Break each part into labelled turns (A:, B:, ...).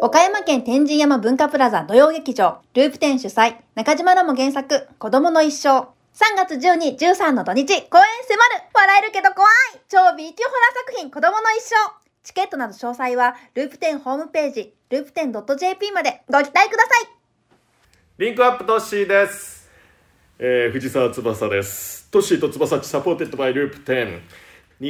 A: 岡山県天神山文化プラザ土曜劇場、ループ10主催、中島らも原作、子供の一生。3月12、13の土日、公演迫る笑えるけど怖い超 B 級ホラー作品、子供の一生チケットなど詳細は、ループ10ホームページ、ループ 10.jp までご期待ください
B: リンクアップトッシーです、えー藤沢翼ですトッシーと翼っちサポーテッドバイループ102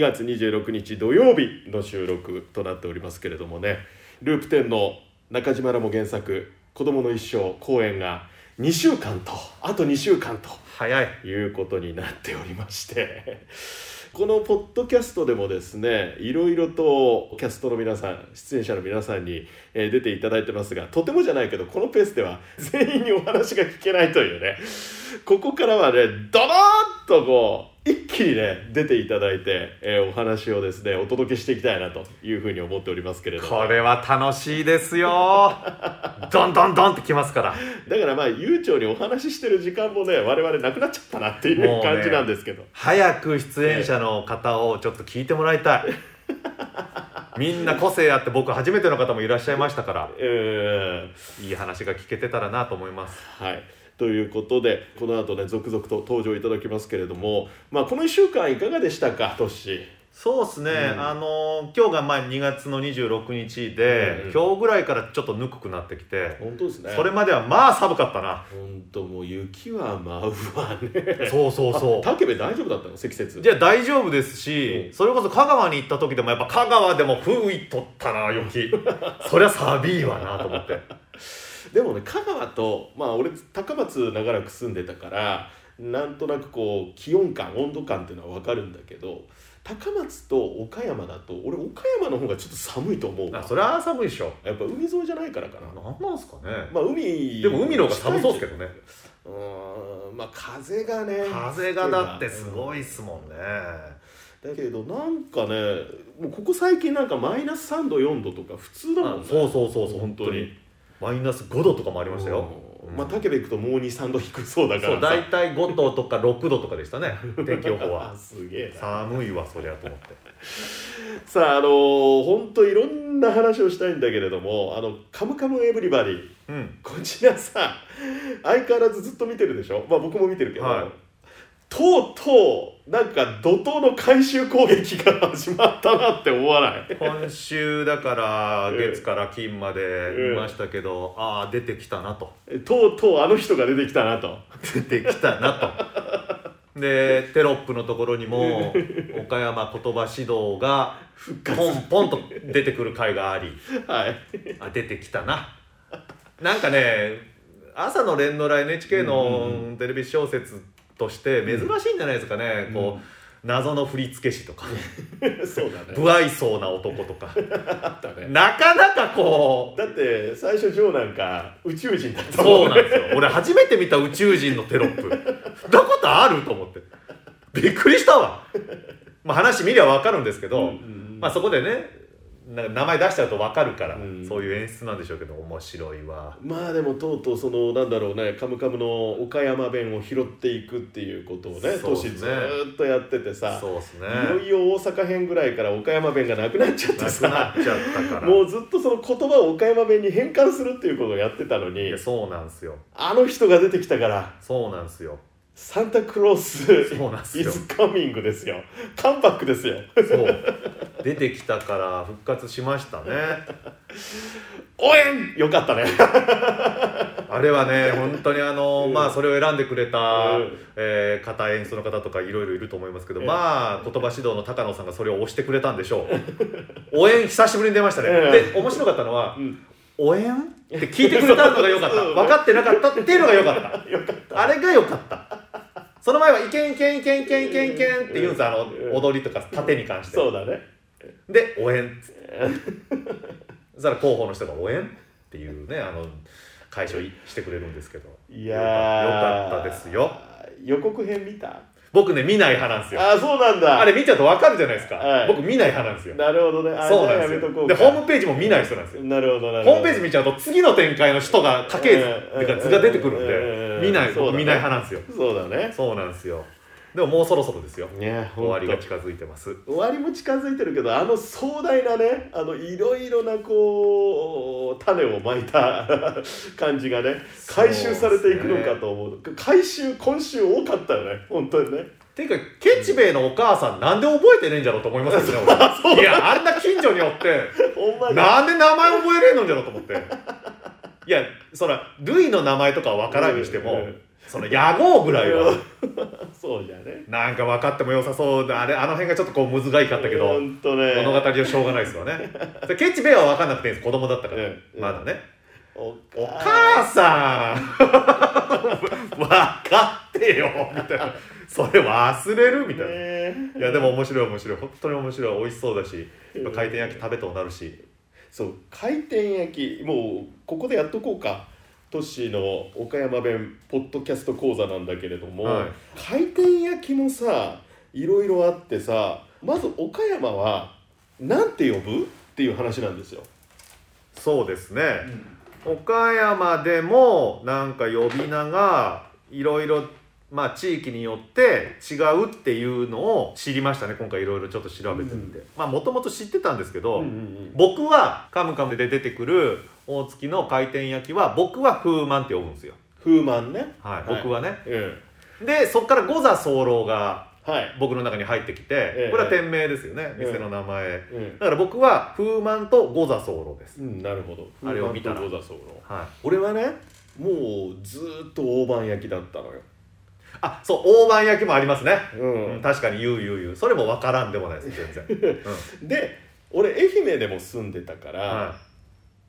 B: 月26日土曜日の収録となっておりますけれどもねループ10の中島らも原作「子供の一生」公演が2週間とあと2週間と
C: 早い
B: いうことになっておりましてこのポッドキャストでもですねいろいろとキャストの皆さん出演者の皆さんにえー出ていただいてますがとてもじゃないけどこのペースでは全員にお話が聞けないというねここからはねドドーンとこう一気にね出ていただいて、えーお話をですねお届けしていきたいなというふうに思っておりますけれども
C: これは楽しいです よどんどんどんってきますから
B: だからまあ悠長にお話ししてる時間もね我々なくなっちゃったなってい
C: もう
B: う
C: ね
B: 感じなんですけど。
C: 早く出演者の方をちょっと聞いてもらいたいみんな個性あって僕初めての方もいらっしゃいましたから
B: えー
C: いい話が聞けてたらなと思います
B: はい、ということでこの後ね続々と登場いただきますけれども、まあ、この1週間いかがでしたかトッシー
C: そうですね、
B: うん
C: あの今日がまあ2月の26日で、
B: うん
C: 今日ぐらいからちょっとぬくくなってきて、
B: 本当ですね
C: それまではまあ寒かったな
B: 本当もう雪は舞うわね
C: そう そうそう
B: 竹部大丈夫だったの積雪
C: じゃあ大丈夫ですし、
B: うん
C: それこそ香川に行った時でもやっぱ香川でも吹いとったな雪 そりゃ寒いわなと思って
B: でもね香川とまあ俺高松長らく住んでたからなんとなくこう気温感温度感っていうのは分かるんだけど高松と岡山だと俺岡山の方がちょっと寒いと思う
C: あ
B: わ
C: そりゃ寒いでしょ
B: やっぱ海沿いじゃないからかな
C: なんなんすかね、
B: まあ海
C: でも海の方が寒そうですけどね
B: うーんまあ風がね
C: 風がだってすごい
B: う
C: っ
B: ん
C: すもんね
B: だけどなんかねもうここ最近なんかマイナス3度4度とか普通だもんね
C: そうそうそうそう
B: 本
C: 本
B: 当
C: 当
B: に
C: にマイナス5度とかもありましたよ、
B: う
C: うんん
B: まあ武部行くともう23度低そうだか
C: そう
B: ら
C: 大体5度とか6度とかでした ね天気予報
B: あ
C: は
B: すげえな
C: 寒いわそりゃと思って
B: さああのー、ほんといろんな話をしたいんだけれども「あのカムカムエブリバディ」
C: うん
B: こちらさ相変わらずずっと見てるでしょまあ僕も見てるけど、
C: はい
B: とうとうなんか怒涛の回収攻撃が始まったなって思わない
C: 今週だから
B: うん
C: 月から金まで
B: うん
C: いましたけど、ああ出てきたなと
B: とうとうあの人が出てきたなと
C: 出てきたなとでテロップのところにも岡山言葉指導が
B: 復活
C: ポンポンと出てくる回があり
B: はい
C: あ出てきたななんかね朝の連ドラ NHK
B: うん
C: のテレビ小説として珍しいんじゃないですかね、
B: うん
C: こう謎の振付師とか
B: そうだね
C: 不愛想な男とか
B: あったね
C: なかなか こ
B: だって最初ジョーなんか宇宙人だっ
C: う
B: たも
C: そう
B: ん
C: なん
B: ね
C: ですよ俺初めて見た宇宙人のテロップそんなことあると思ってびっくりしたわまあ話見りゃ分かるんですけど、
B: うんうんうん
C: まあそこでねなんか名前出しちゃうと分かるから、
B: うん
C: そういう演出なんでしょうけど面白いわ
B: まあでもとうとうそのなんだろうね「カムカム」の岡山弁を拾っていくっていうことをね
C: そ
B: 都
C: うっす
B: 市
C: ね
B: ずーっとやっててさ
C: そうですね
B: いよいよ大阪編ぐらいから岡山弁がなくなっちゃって
C: なくな
B: さ
C: っちゃったから
B: もうずっとその言葉を岡山弁に変換するっていうことをやってたの
C: い
B: に
C: やそうなんすよ
B: あの人が出てきたから
C: そうなんすよ
B: サンタクロース
C: そうなんす
B: イ
C: よ
B: ズカミングですよカンパックですよ
C: そう出てきたから復活しましたね
B: 応援よかったね
C: あれはね本当にあの、
B: うん
C: まあそれを選んでくれた、
B: うん
C: えー方演出の方とかいろいろいると思いますけど、
B: ええ
C: まあ言葉指導の高野さんがそれを押してくれたんでしょう 応援久しぶりに出ましたね、
B: ええ
C: で面白かったのは
B: うん
C: 「応援?」って聞いてくれたのが良かった
B: うん
C: 分かってなかったっていうのが良かった
B: よかった
C: あれが良かったその前は「いけんいけんいけんいけんいけんいけん」って言うんですあの
B: うん
C: 踊りとか盾に関して
B: そうだね
C: で応 援っつってそしたら広報の人が応援っていうねあの解消してくれるんですけど
B: いやー
C: よかったですよ
B: 予告編見た
C: 僕ね見ない派なんですよ
B: あそうなんだ
C: あれ見ちゃうと分かるじゃないですか、
B: はい
C: 僕見ない派なんですよ
B: なるほどねあ
C: そうな
B: じゃ
C: んで
B: あや
C: す
B: め
C: よ
B: とこう
C: で
B: か
C: ホームページも見ない人なんですよ
B: なるほどなるほど
C: ホームページ見ちゃうと次の展開の人が家系図っていうか図が出てくるん
B: うんうんうんうん
C: で見ない
B: そうだ
C: 僕
B: ね
C: 見ない派なんですよ
B: そうだね
C: そうなんですよでももうそろそろですよ
B: ね
C: 終わりが
B: ほんと
C: 近づいてます
B: 終わりも近づいてるけどあの壮大なねあのいろいろなこう種をまいた感じがね回収されていくのかと思う回収今週多かったよね本当にね
C: ていうかケチベイのお母さんなんで覚えてねえんじゃろうと思いますよね 俺いやあんな近所におって
B: ほんまに
C: なんで名前覚えれんのんじゃろうと思っていやそらルイの名前とかは分からんにしても、
B: うんうん
C: その野号ぐらいは
B: そうじゃね
C: なんか分かっても良さそうだあれあの辺がちょっとこうむずがいかったけど
B: 本当ね
C: 物語はしょうがないですよ ねそれケチベイは分かんなくていいんです子供だったから、
B: うんうん
C: まだね
B: お
C: お母さん 分かってよみたいなそれ忘れるみたいな、
B: ね
C: いやでも面白い面白い本当に面白い美味しそうだしやっぱ回転焼き食べとうなるし
B: そう回転焼きもうここでやっとこうかトッシーの岡山弁ポッドキャスト講座なんだけれども、
C: はい
B: 回転焼きもさいろいろあってさまず岡山はなんて呼ぶっていう話なんですよ。
C: そうですね、岡山でもなんか呼び名がいろいろまあ地域によって違うっていうのを知りましたね今回いろいろちょっと調べてみて、まあもともと知ってたんですけど、
B: うんうん
C: 僕は「カムカム」で出てくる大月の回転焼きは僕は「風満」って呼ぶんですよ、
B: 風満ね。
C: はい、
B: はい
C: 僕はね
B: うん。
C: でそっから五座候が
B: はい。
C: 僕の中に入ってきて、
B: え
C: これは店名ですよね、
B: ええ
C: 店の名前、
B: うん。
C: だから僕は風満と五座候です、
B: うん、なるほど。
C: あれを見たら
B: 風満と五座候
C: はい、
B: 俺はね、もうずーっと大判焼きだったのよ。
C: あそう大判焼きもありますね、
B: う
C: うん、確かに言う言う言うそれも分からんでもないです全 然、
B: で、俺愛媛でも住んでたから。
C: うんは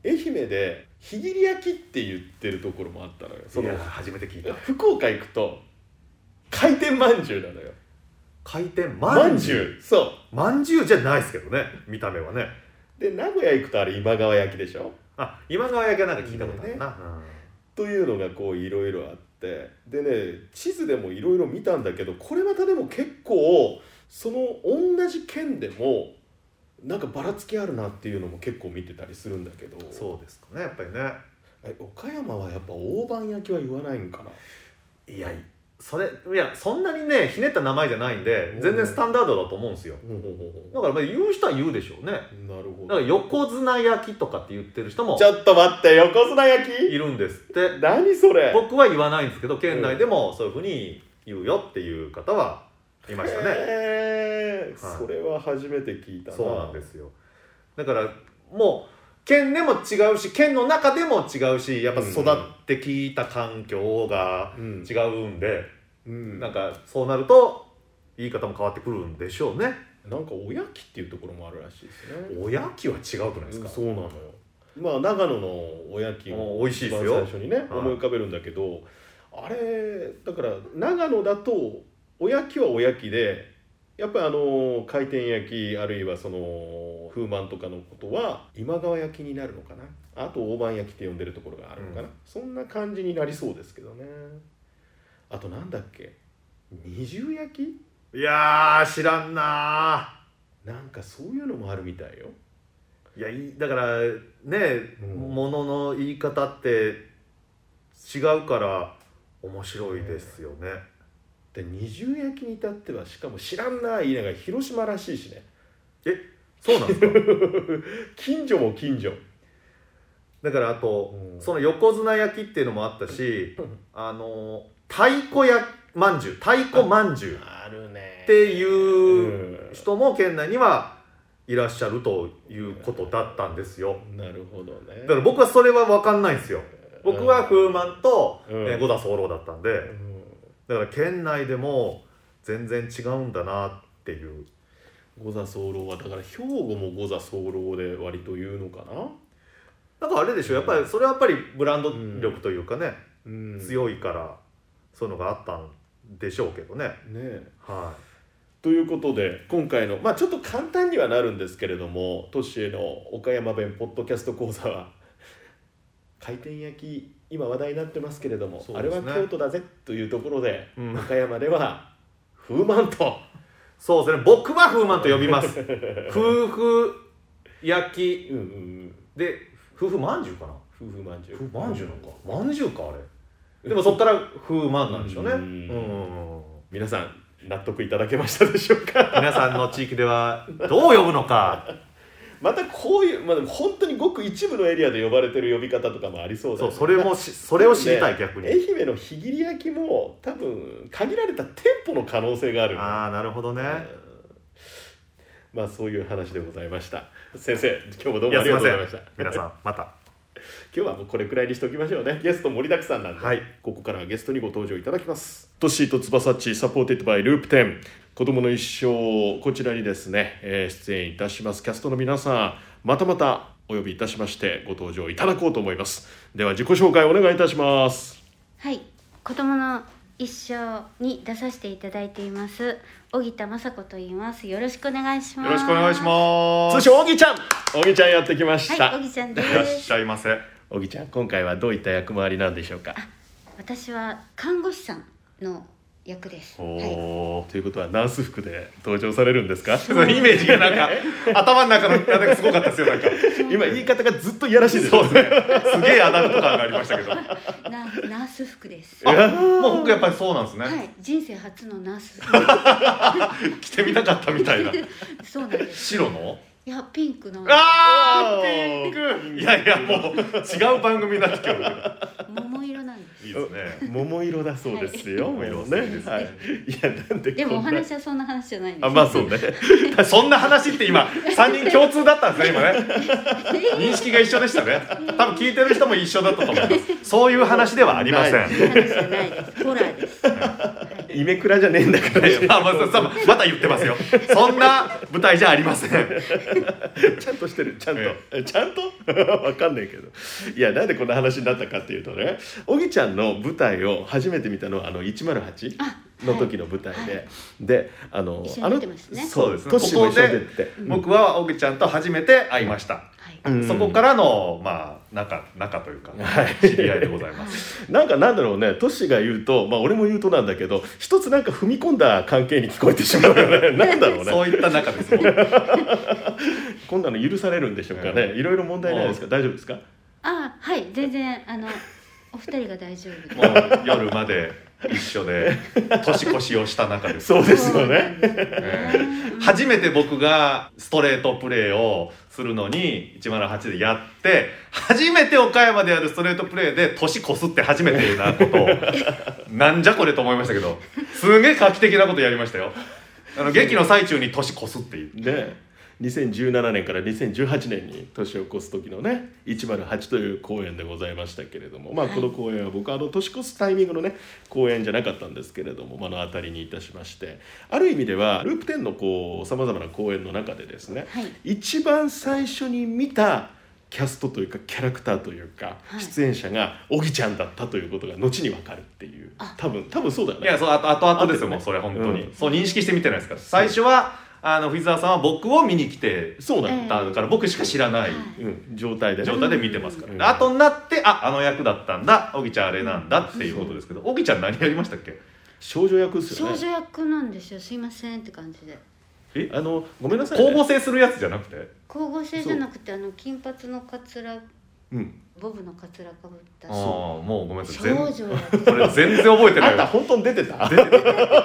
B: 愛媛で日切り焼きって言ってるところもあったのよ
C: い、
B: そ
C: い
B: の
C: や初めて聞いた
B: 福岡行くと回転まんじゅうなのよ
C: 回転
B: ま
C: ま
B: ん
C: ん
B: じ
C: じ
B: ゅ
C: ゅう
B: うそ
C: まんじゅうじゃないですけどね見た目はね
B: うで名古屋行くとあれ今川焼きでしょ
C: あ今川焼きはなんか聞いたことあるな、
B: というのがこういろいろあってでね地図でもいろいろ見たんだけどこれまたでも結構その同じ県でもなんかばらつきあるなっていうのも結構見てたりするんだけど
C: うんそうですかねやっぱりね
B: え岡山はやっぱ大判焼きは言わないんかない
C: やそれいやそんなにねひねった名前じゃないんで全然スタンダードだと思うんですよ
B: ほうほうほう
C: だからまあ言う人は言うでしょうね
B: ほうなるほ
C: だから
B: ど
C: 横綱焼きとかって言ってる人も
B: ちょっと待って横綱焼き
C: いるんですって
B: 何それ
C: 僕は言わないんですけど県内でもそういうふうに言うよっていう方はいましたね
B: へー
C: は
B: そ
C: い
B: れは初めて聞いた
C: そうなんですよだからもう県でも違うし県の中でも違うしやっぱ育ってきた環境が
B: うん
C: 違うんで、
B: うん、な
C: なんん
B: か
C: かそうなると言い方も変わってくるんでしょうね
B: なんかおやきっていうところもあるらしいですね
C: おやきは違うくないです
B: うん
C: か、
B: そうなのよまあ長野のおやきを
C: もう美味しい
B: 一
C: で
B: 番
C: す
B: 最初
C: よ
B: にね、思い浮かべるんだけどあれだから長野だとおやきはおやきでやっぱりあの回転焼きあるいはその風満とかのことは今川焼きになるのかなあと大判焼きって呼んでるところがあるのかな、
C: うん
B: そんな感じになりそうですけどねあとなんだっけ二重焼き
C: いやー知らんな
B: なんかそういうのもあるみたいよ
C: ーいやいいだからね
B: うん
C: もの、の言い方って違うから面白いですよね、
B: で二重焼きに至ってはしかも知らんな言いながら広島らしいしね
C: そうなんですか
B: 近所も近所
C: だからあと、
B: うん
C: その横綱焼きっていうのもあったし、あの太鼓やまんじゅう太鼓まんじゅう
B: あるね
C: っていう
B: うん
C: 人も県内にはいらっしゃるということだったんですよ
B: なるほどね
C: だから僕はそれは分かんないんですよ僕は風満と、
B: うん
C: えー、五田候だったんで、
B: うん
C: だから県内でも全然違うんだなっていう
B: 五座候はだから兵庫も五座候で割と言うのかな、
C: なんかあれでしょやっぱりそれはやっぱりブランド力というかね、
B: うん
C: 強いからそういうのがあったんでしょうけどね、
B: ねえ
C: は
B: ということで今回のまあちょっと簡単にはなるんですけれども都市への岡山弁ポッドキャスト講座は 回転焼き今話題になってますけれども、
C: そう
B: あ
C: で
B: れ
C: すね
B: は京都だぜというところで、
C: うん
B: 岡山では風満と
C: い、そうですね僕は風満と呼びます 夫婦焼き
B: うんうんうん
C: で夫婦まんじゅうかな
B: 夫婦まんじゅう
C: 夫婦まんじゅうなのかまんじゅうかあれでもそっから風満なんでしょうね
B: う
C: うんん
B: 皆さん納得いただけましたでしょうか
C: 皆さんの地域ではどう呼ぶのか
B: またこういう、まあ、でも本当にごく一部のエリアで呼ばれてる呼び方とかもありそうだ
C: そ
B: ね
C: うそれもしそれを知りたい
B: ね
C: 逆に
B: 愛媛の日切り焼きも多分限られた店舗の可能性がある
C: ああなるほどね
B: まあそういう話でございました先生今日もどう
C: い
B: も
C: や
B: あ
C: す
B: り
C: い
B: がとうご
C: ませ
B: ざい
C: ん
B: ました
C: 皆さ
B: ん
C: んまた
B: 今日はもうこれくらいにしておきましょうねゲスト盛りだくさんなんで、
C: はい
B: ここからはゲストにご登場いただきますトッシーと翼っちサポーテッドバイループ10子供の一生こちらにですね、えー出演いたしますキャストの皆さんまたまたお呼びいたしましてご登場いただこうと思いますでは自己紹介お願いいたします
D: はい、子供の一生に出させていただいています。小木田雅子と言います。よろしくお願いします。
C: よろしくお願いしま
B: 通
C: す
B: 称おぎちゃんおぎちゃんやってきました、
D: はい、小木ちゃんで
C: いらっし
D: す。
C: ゃいませ
B: おぎちゃん今回はどういった役回りなんでしょうか
D: 私は看護師さんの役です。
B: お
D: はい、
B: おー、ということはナース服で登場されるんですか
C: そのイメージがなんか頭の中のなんかすごかったですよなんか
B: 今言い方がずっといやらしいです
C: そうですねすげえアダルト感がありましたけどあ
D: なナース服です。
C: もう僕やっぱりそうなんですね、
D: はい、人生初のナース服。
C: 着てみたかったみたいな
D: そうなんです。
C: 白の
D: いや、ピンクの
C: あ
B: わ
C: ー
B: ー
C: ピンクいやいやもう違う番組になってきてる
D: 桃色なんです。
C: いいですね
B: 桃色だそうですよ、
C: はい
B: もうね、
C: 桃色ですね
B: はい、いやなんで
D: でもお
B: こんな
D: 話はそんな話じゃないんです。
B: あまあ そうね
C: そんな話って今3人共通だったんですね今ね認識が一緒でしたね多分聞いてる人も一緒だったと思いますそういう話ではありません
B: な
D: 話じゃないです。ホラーです。はい
B: イメクラじゃねえんだから
C: ね まあまあそうまた言ってますよそんな舞台じゃありません
B: ちゃんとしてるちゃんと、
C: え
B: えちゃんと わかんないけどいやなんでこんな話になったかっていうとねおぎちゃんの舞台を初めて見たのはあの108の時の舞台で、
D: はい
B: であの
D: 一緒
B: あ
D: に
B: の
D: 出てましたね
B: そう
C: そうですね
B: トッシーも一緒に出てて
C: 僕は小木ちゃんと初めて会いました、
D: はい。
B: うん
C: そこからのまあ仲仲というか
B: はい
C: 知り合いでございます
B: なんかなんだろうね、トシが言うと、まあ俺も言うとなんだけど、一つなんか踏み込んだ関係に聞こえてしまうよね。なんだろうね。
C: そういった仲ですもんね
B: こんなの許されるんでしょうかね。
C: う
B: いろいろ問題ないですか。大丈夫ですか。
D: あ、はい、全然、あの、お二人が大丈夫です。
C: もう夜まで一緒で年越しをした仲です
B: そうですよね。
D: ね
C: 初めて僕がストレートプレーをするのに108でやって初めて岡山でやるストレートプレーで年越すって初めてなことを なんじゃこれと思いましたけどすげえ画期的なことやりましたよあの劇の最中に年越すっていう
B: ね。2017年から2018年に年を越す時のね108という公演でございましたけれども、まあ、この公演は僕あの年越すタイミングのね公演じゃなかったんですけれども目の当たりにいたしましてある意味ではループ10のこうさまざまな公演の中でですね、
D: はい。
B: 一番最初に見たキャストというかキャラクターというか、
D: はい
B: 出演者がおぎちゃんだったということが後にわかるっていう
D: あ
B: 多分多分そうだよ
C: い
B: ね
C: やそうあとあとあとですよ
B: 後でね
C: もうそれ本当に、
B: うん
C: そう認識してみてないですから最初はあの藤沢さんは僕を見に来て
B: そうなんだ、
C: たから僕しか知らない
B: うん、状態でね
C: 状態で見てますから、
B: うん
C: で後になってああの役だったんだ小木ちゃんあれなんだっていうことですけど小木ちゃん何やりましたっけ
B: 少女役ですよ
D: 少
B: ね
D: 女役なんですよ。すいませんって感じで。
B: えあのごめんなさい、ね、
C: 光合成するやつじゃなくて
D: 光合成じゃなくて、あの金髪のカツラ、
B: うん、
D: ボブのカツラかぶった
C: ああ。もうごめんなさい
D: 少
C: 全
D: 女役。
C: これ全然覚えてな
B: あ
C: い
B: んた
C: わ
B: 本当に出てた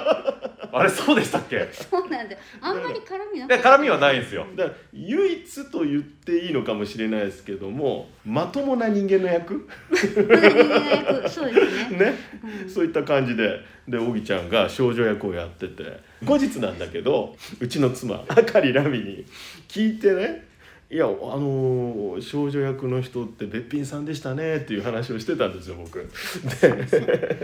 C: あれそうでしたっけ
D: そうなんだよ。あんまり絡みなか
C: で
D: った。
C: 絡みはないんですよ
B: だから唯一と言っていいのかもしれないですけどもまともな人間の役
D: 絡み役。そうですね。
B: ね
D: うん
B: そういった感じででおぎちゃんが少女役をやってて後日なんだけどうちの妻あかりらみに聞いてね「いやあのー少女役の人ってべっぴんさんでしたね」っていう話をしてたんですよ僕。で「で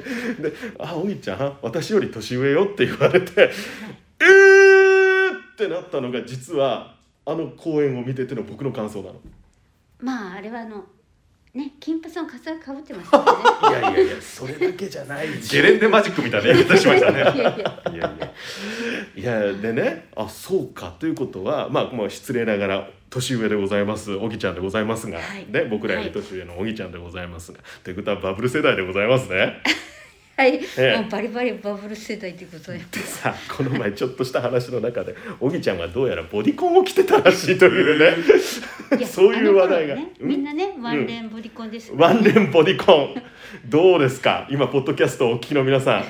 B: あおぎちゃん私より年上よ」って言われて「えー!」ってなったのが実はあの公演を見てての僕の感想なの。
D: まあ、あれはあの。ね、金髪のカツラかぶってましたよね。
B: いやいやいやそれだけじゃない
C: ゲレンデマジックみたいな言い方しましたね
D: いやい
C: い
D: や。
C: やいや
B: いやでねあそうかということは、まあ、まあ失礼ながら年上でございますおぎちゃんでございますが、
D: はい
B: ね、僕らより年上のおぎちゃんでございますが、ということはバブル世代でございますね。
D: はい、
B: ええ
D: もうバリバリバブル世代でございます
B: でさこの前ちょっとした話の中でおぎちゃんがどうやらボディコンを着てたらしいというね、
D: いや
B: そういう話題が
D: あの頃ね
B: うん
D: みんなねワンレンボディコンです、
B: ワンレンボディコンどうですか今ポッドキャストをお聞きの皆 さん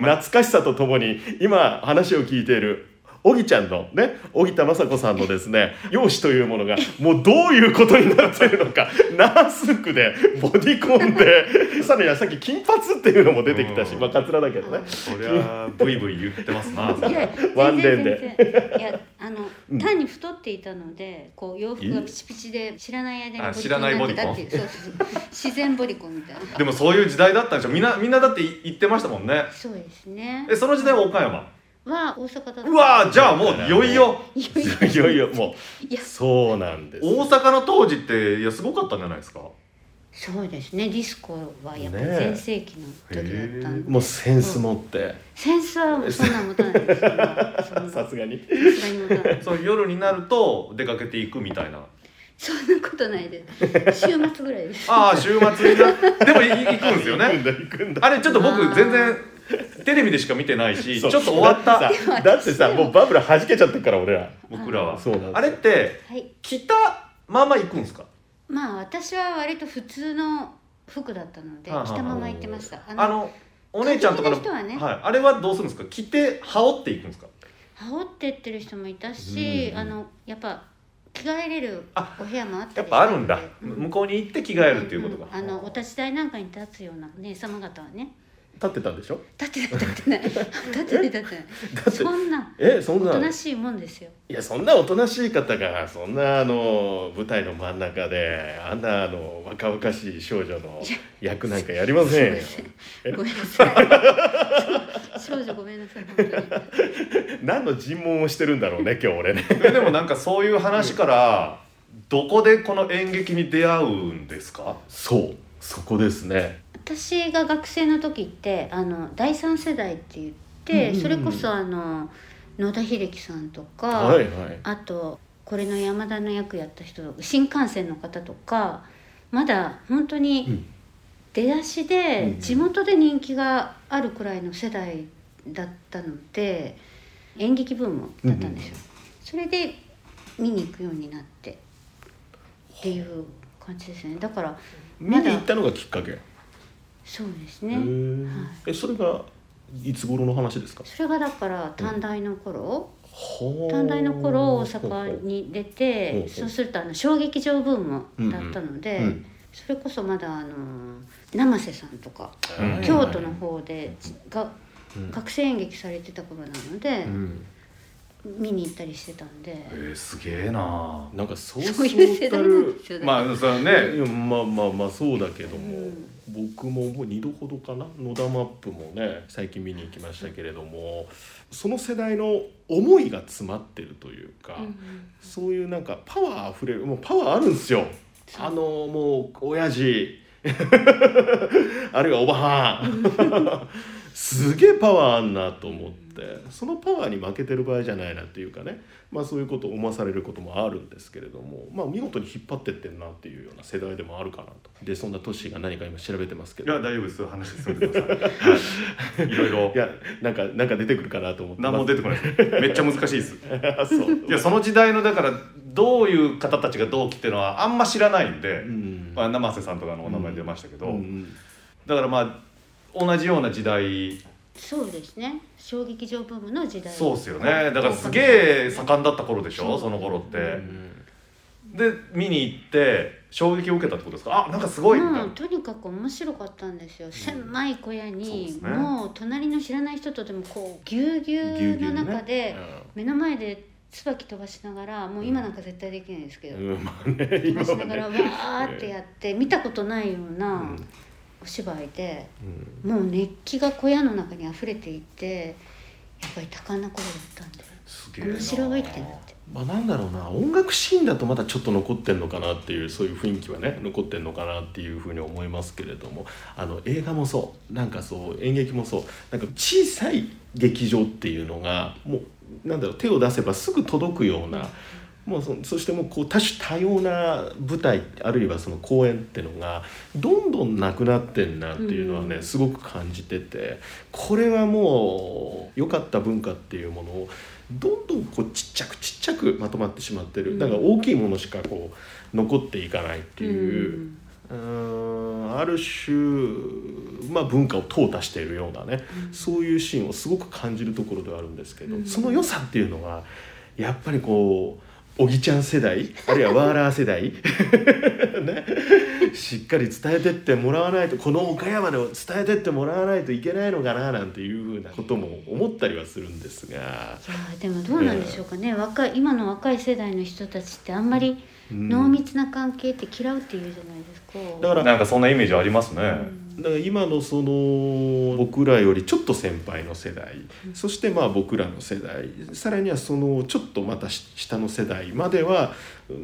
B: 懐かしさとともに今話を聞いている小木ちゃんのね小木田雅子さんのですね容姿というものがもうどういうことになっているのかナース服でボディコンでさらにはさっき金髪っていうのも出てきたし
C: うん
B: まあカツラだけどね
C: そりゃブイブイ言ってますな
D: いや
B: ワンレンで
D: でいやあの、
B: うん
D: 単に太っていたのでこう洋服がピチピチで知らない
C: あ
D: 間にボデ
C: 知らない
D: ィコ
C: ボ
D: ン
C: ディ
D: にな
C: コ
D: っ
C: ン
D: てたっていうそうそうそう自然ボディコンみたいな
C: でもそういう時代だったんでしょみんなみんなだって言ってましたもんね
D: そうですね
C: えその時代は岡山
D: は大阪だった
C: うわーじゃあもういよいよ
D: いやいや
B: いよいよも
D: いや
B: うそうなんです
C: 大阪の当時っていやすごかったんじゃないですか
D: そうですねディスコはやっぱり
B: ねえ
D: 全盛期の時だったんで、
B: もうセンス持って
D: センスはそんな持たないですよそんな
B: さすがに
D: さすがに持たない
C: そう夜になると出かけていくみたいな
D: そんなことないです週末ぐら いです
C: ああ週末になでもい行くんですよ
B: 行く
C: ね
B: んだ行くんだ
C: あれちょっと僕
D: あー
C: 全然テレビでしか見てないしち
B: そ
C: ょ
B: う
C: っと終わった
B: だってさだってさもうバブル弾けちゃってるから俺ら
C: 僕らは
B: そうなんです
C: あれって
D: はい
C: 着たまま行くんですか
D: まあ私は割と普通の服だったので
C: はあはあ
D: 着たまま行ってましたあの
C: あのお姉ちゃんとかの
D: 歌舞伎の人は
C: はい、あれはどうするんですか着て羽織っていくんですか
D: 羽織ってってる人もいたし、
C: うん
D: あのやっぱ着替えれる
C: あ
D: お部屋もあった
C: やっ
D: り
C: ぱあるんだ、
D: うん
C: 向こうに行って着替えるっていうことが、
D: うんあのお立ち台なんかに立つようなお姉様方はね
B: 立ってたんでしょ
D: 立ってない立ってない立ってない立ってない
B: だって
D: そんな
B: えそ
D: お
B: んな
D: となしいもんですよ
B: いやそんなおとなしい方がそんなあの舞台の真ん中であんなあの若々しい少女の役なんかやりませんよ
D: ごめんなさい少女ごめんなさい 本当に
B: 何の尋問をしてるんだろうね今日俺ね
C: えでもなんかそういう話からどこでこの演劇に出会うんですか
B: そうそこですね
D: 私が学生の時ってあの第三世代って言って、
B: うんうんうん
D: それこそあの野田秀樹さんとか、
B: はいはい
D: あとこれの山田の役やった人とか新幹線の方とかまだ本当
B: う
D: に
B: ん
D: 出だし
B: うん
D: で
B: うん
D: 地元で人気があるくらいの世代だったので演劇ブームだったんですよ。それで見に行くようになってっていう感じですね。だから
B: 見に行ったのがきっかけ、
D: そうです
B: へ
D: ね。
B: ー
D: はい
B: えそれがいつ頃の話ですか
D: それがだから短大の頃、短
B: 短
D: 大の頃大阪に出て、
B: ほうほう
D: そうするとあの小劇場ブームだったので、
B: うんうん
D: それこそまだあの生瀬さんとか、
C: うん
D: 京都の方でが
B: うん
D: 学生演劇されてた頃なので、
B: うん
D: 見に行ったりしてたんで、
C: えー、すげえな
B: なんかそう
D: そういう世代なんですよね
C: まあその
B: い
C: ね
B: やまあまあまあそうだけども、
D: うん
B: 僕ももう2度ほどかな「野田マップ」もね最近見に行きましたけれどもその世代の思いが詰まってるというか、
D: うん
B: そういうなんかパワーあふれるもうパワーあるんですよ。
D: そう
B: あのもう親父 あるいはおばはん すげえパワーあんなと思ってそのパワーに負けてる場合じゃないなっていうかね、まあ、そういうことを思わされることもあるんですけれども、まあ、見事に引っ張ってってんなっていうような世代でもあるかなとでそんなトッシーが何か今調べてますけ
C: いや
B: ど
C: 大丈夫です話進んでください、はい、いろいろ
B: いやなんかなんか出てくるかなと思って
C: 何も出てこないですめっちゃ難しいです
B: あ そう
C: いやその時代のだからどういう方たちがどう来てるのはあんま知らないんで、
B: うん
C: まあ、生瀬さんとかのお名前出ましたけど、
B: うん
C: だからまあ同じような時代
D: そうですね小劇場ブームの時代
C: そうっすよねだからすげえ盛んだった頃でしょその頃って、
B: うん
C: で見に行って衝撃を受けたってことですかあなんかすごいみたいな、
D: うん、とにかく面白かったんですよ狭い小屋
C: そう
D: に、
C: ですね
D: もう隣の知らない人とでもこうぎゅうぎ
B: ぎ
D: ゅ
B: ゅう
D: う
B: ぎゅ
D: の
B: うね
D: 中で
B: うん
D: 目の前で椿飛ばしながらもう今なんか絶対できないですけど、
B: うんまあね
D: 飛
B: 今
D: ばし
B: は
D: なが
B: ね
D: らわーってやって見たことないような
B: うん
D: お芝居で
B: うん
D: もう熱気が小屋の中に溢れていてやっぱり多感な頃だったんです
C: げえな
D: 面白いってなって
B: まあ、なんだろうな音楽シーンだとまだちょっと残ってんのかなっていうそういう雰囲気はね残ってんのかなっていうふうに思いますけれどもあの映画もそうなんかそう演劇もそうなんか小さい劇場っていうのがもうなんだろう手を出せばすぐ届くようなもうそそしてもうこう多種多様な舞台あるいはその公演ってのがどんどんなくなってんなっていうのはね、
D: うん
B: すごく感じててこれはもう良かった文化っていうものをどんどんこうちっちゃくちっちゃくまとまってしまって
D: う
B: る
D: ん
B: だから大きいものしかこう残っていかないっていう。
D: うん
B: うーんある種、まあ、文化を淘汰しているようなね、
D: うん
B: そういうシーンをすごく感じるところではあるんですけど、
D: うん
B: その良さっていうのがやっぱりこうおぎちゃん世代あるいはワーラー世代、 ね、しっかり伝えてってもらわないとこの岡山でも伝えてってもらわないといけないのかななんていうふうなことも思ったりはするんですが。
D: いやーでもどうなんでしょうかね、若い今の若い世代の人たちってあんまり
B: うん
D: 濃密な関係って嫌うっていうじゃないですか。
B: だから
C: なんかそんなイメージありますね、
D: うん
B: だから今のその僕らよりちょっと先輩の世代そしてまあ僕らの世代さらにはそのちょっとまた下の世代までは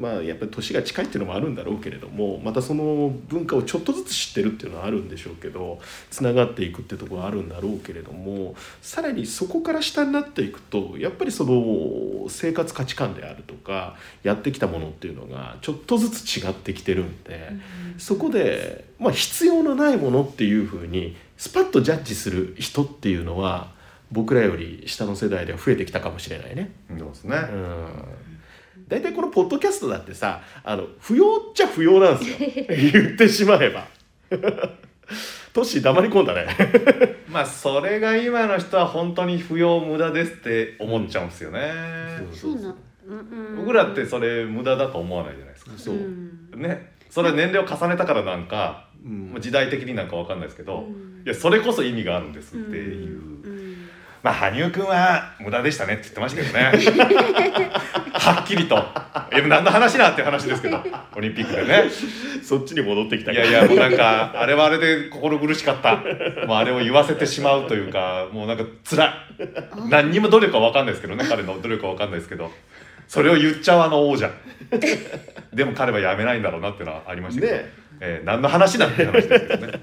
B: まあやっぱり年が近いっていうのもあるんだろうけれどもまたその文化をちょっとずつ知ってるっていうのはあるんでしょうけどつながっていくってところはあるんだろうけれどもさらにそこから下になっていくとやっぱりその生活価値観であるとかやってきたものっていうのがちょっとずつ違ってきてるんで。そこで、まあ、必要のないものっていうふうにスパッとジャッジする人っていうのは僕らより下の世代では増えてきたかもしれないね。
C: そうですね、
B: うん大体このポッドキャストだってさあの不要っちゃ不要なんですよ 言ってしまえば。トッシー黙り込んだね。
C: まあそれが今の人は本当に不要無駄ですって思っちゃうんですよね、
D: そうな、うんうん、
C: 僕らってそれ無駄だと思わないじゃないですか
B: そう、
D: ん
C: ねそれ年齢を重ねたからなんか、
B: うん
C: もう時代的になんかわかんないですけど、
D: うん
C: いやそれこそ意味があるんですっていう、
D: うん
C: まあ羽生くんは無駄でしたねって言ってましたけどね はっきりといや何の話だっていう話ですけどオリンピックでね
B: そっちに戻ってきた
C: い
B: から
C: やいやもうなんかあれはあれで心苦しかったもうあれを言わせてしまうというかもうなんか辛い何にも努力は分かんないですけどね彼の努力は分かんないですけどそれを言っちゃうあの王者でも彼はやめないんだろうなっていうのはありましたけど、
B: ね
C: えー何の話なんて話ですけどね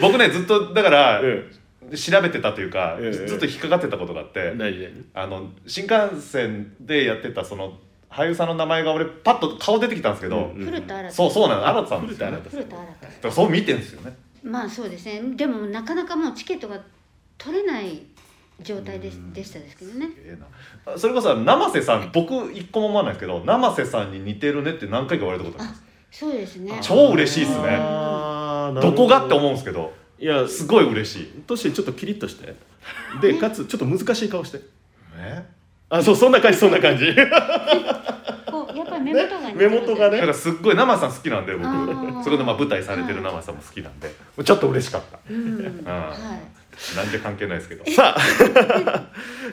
C: 僕ねずっとだから、
B: うん
C: 調べてたというか、
B: ええ
C: ずっと引っかかってたことがあって、
B: 何何
C: あの新幹線でやってたその俳優さんの名前が俺パッと顔出てきたんですけど、
B: うん
D: 古田新太
C: そうそうなの新田さんですよね
B: 古田新太
D: 古田新太
C: だからそう見てんですよね
D: まあそうですねでもなかなかもうチケットが取れない状態でしでしたですけどね
C: ええなそれこそ生瀬さん僕一個も思わないですけど生瀬さんに似てるねって何回か言われたことあります
D: そうですね
C: 超嬉しいっすね
B: あーなる
C: ど
B: ほ
C: こがって思うんですけど
B: いや
C: すごい嬉しい
B: トッシーちょっとキリッとしてでかつちょっと難しい顔して
C: え
B: あそうそんな感じそんな感じ
D: こうやっぱり目元がね
B: ね目元がね
C: だからすっごい生瀬さん好きなんで
D: あー
C: 僕そこでまあ舞台されてる生瀬さんも好きなんでちょっと嬉しかった
D: うん
C: あー
D: はい
C: なんで関係ないですけど
B: さあ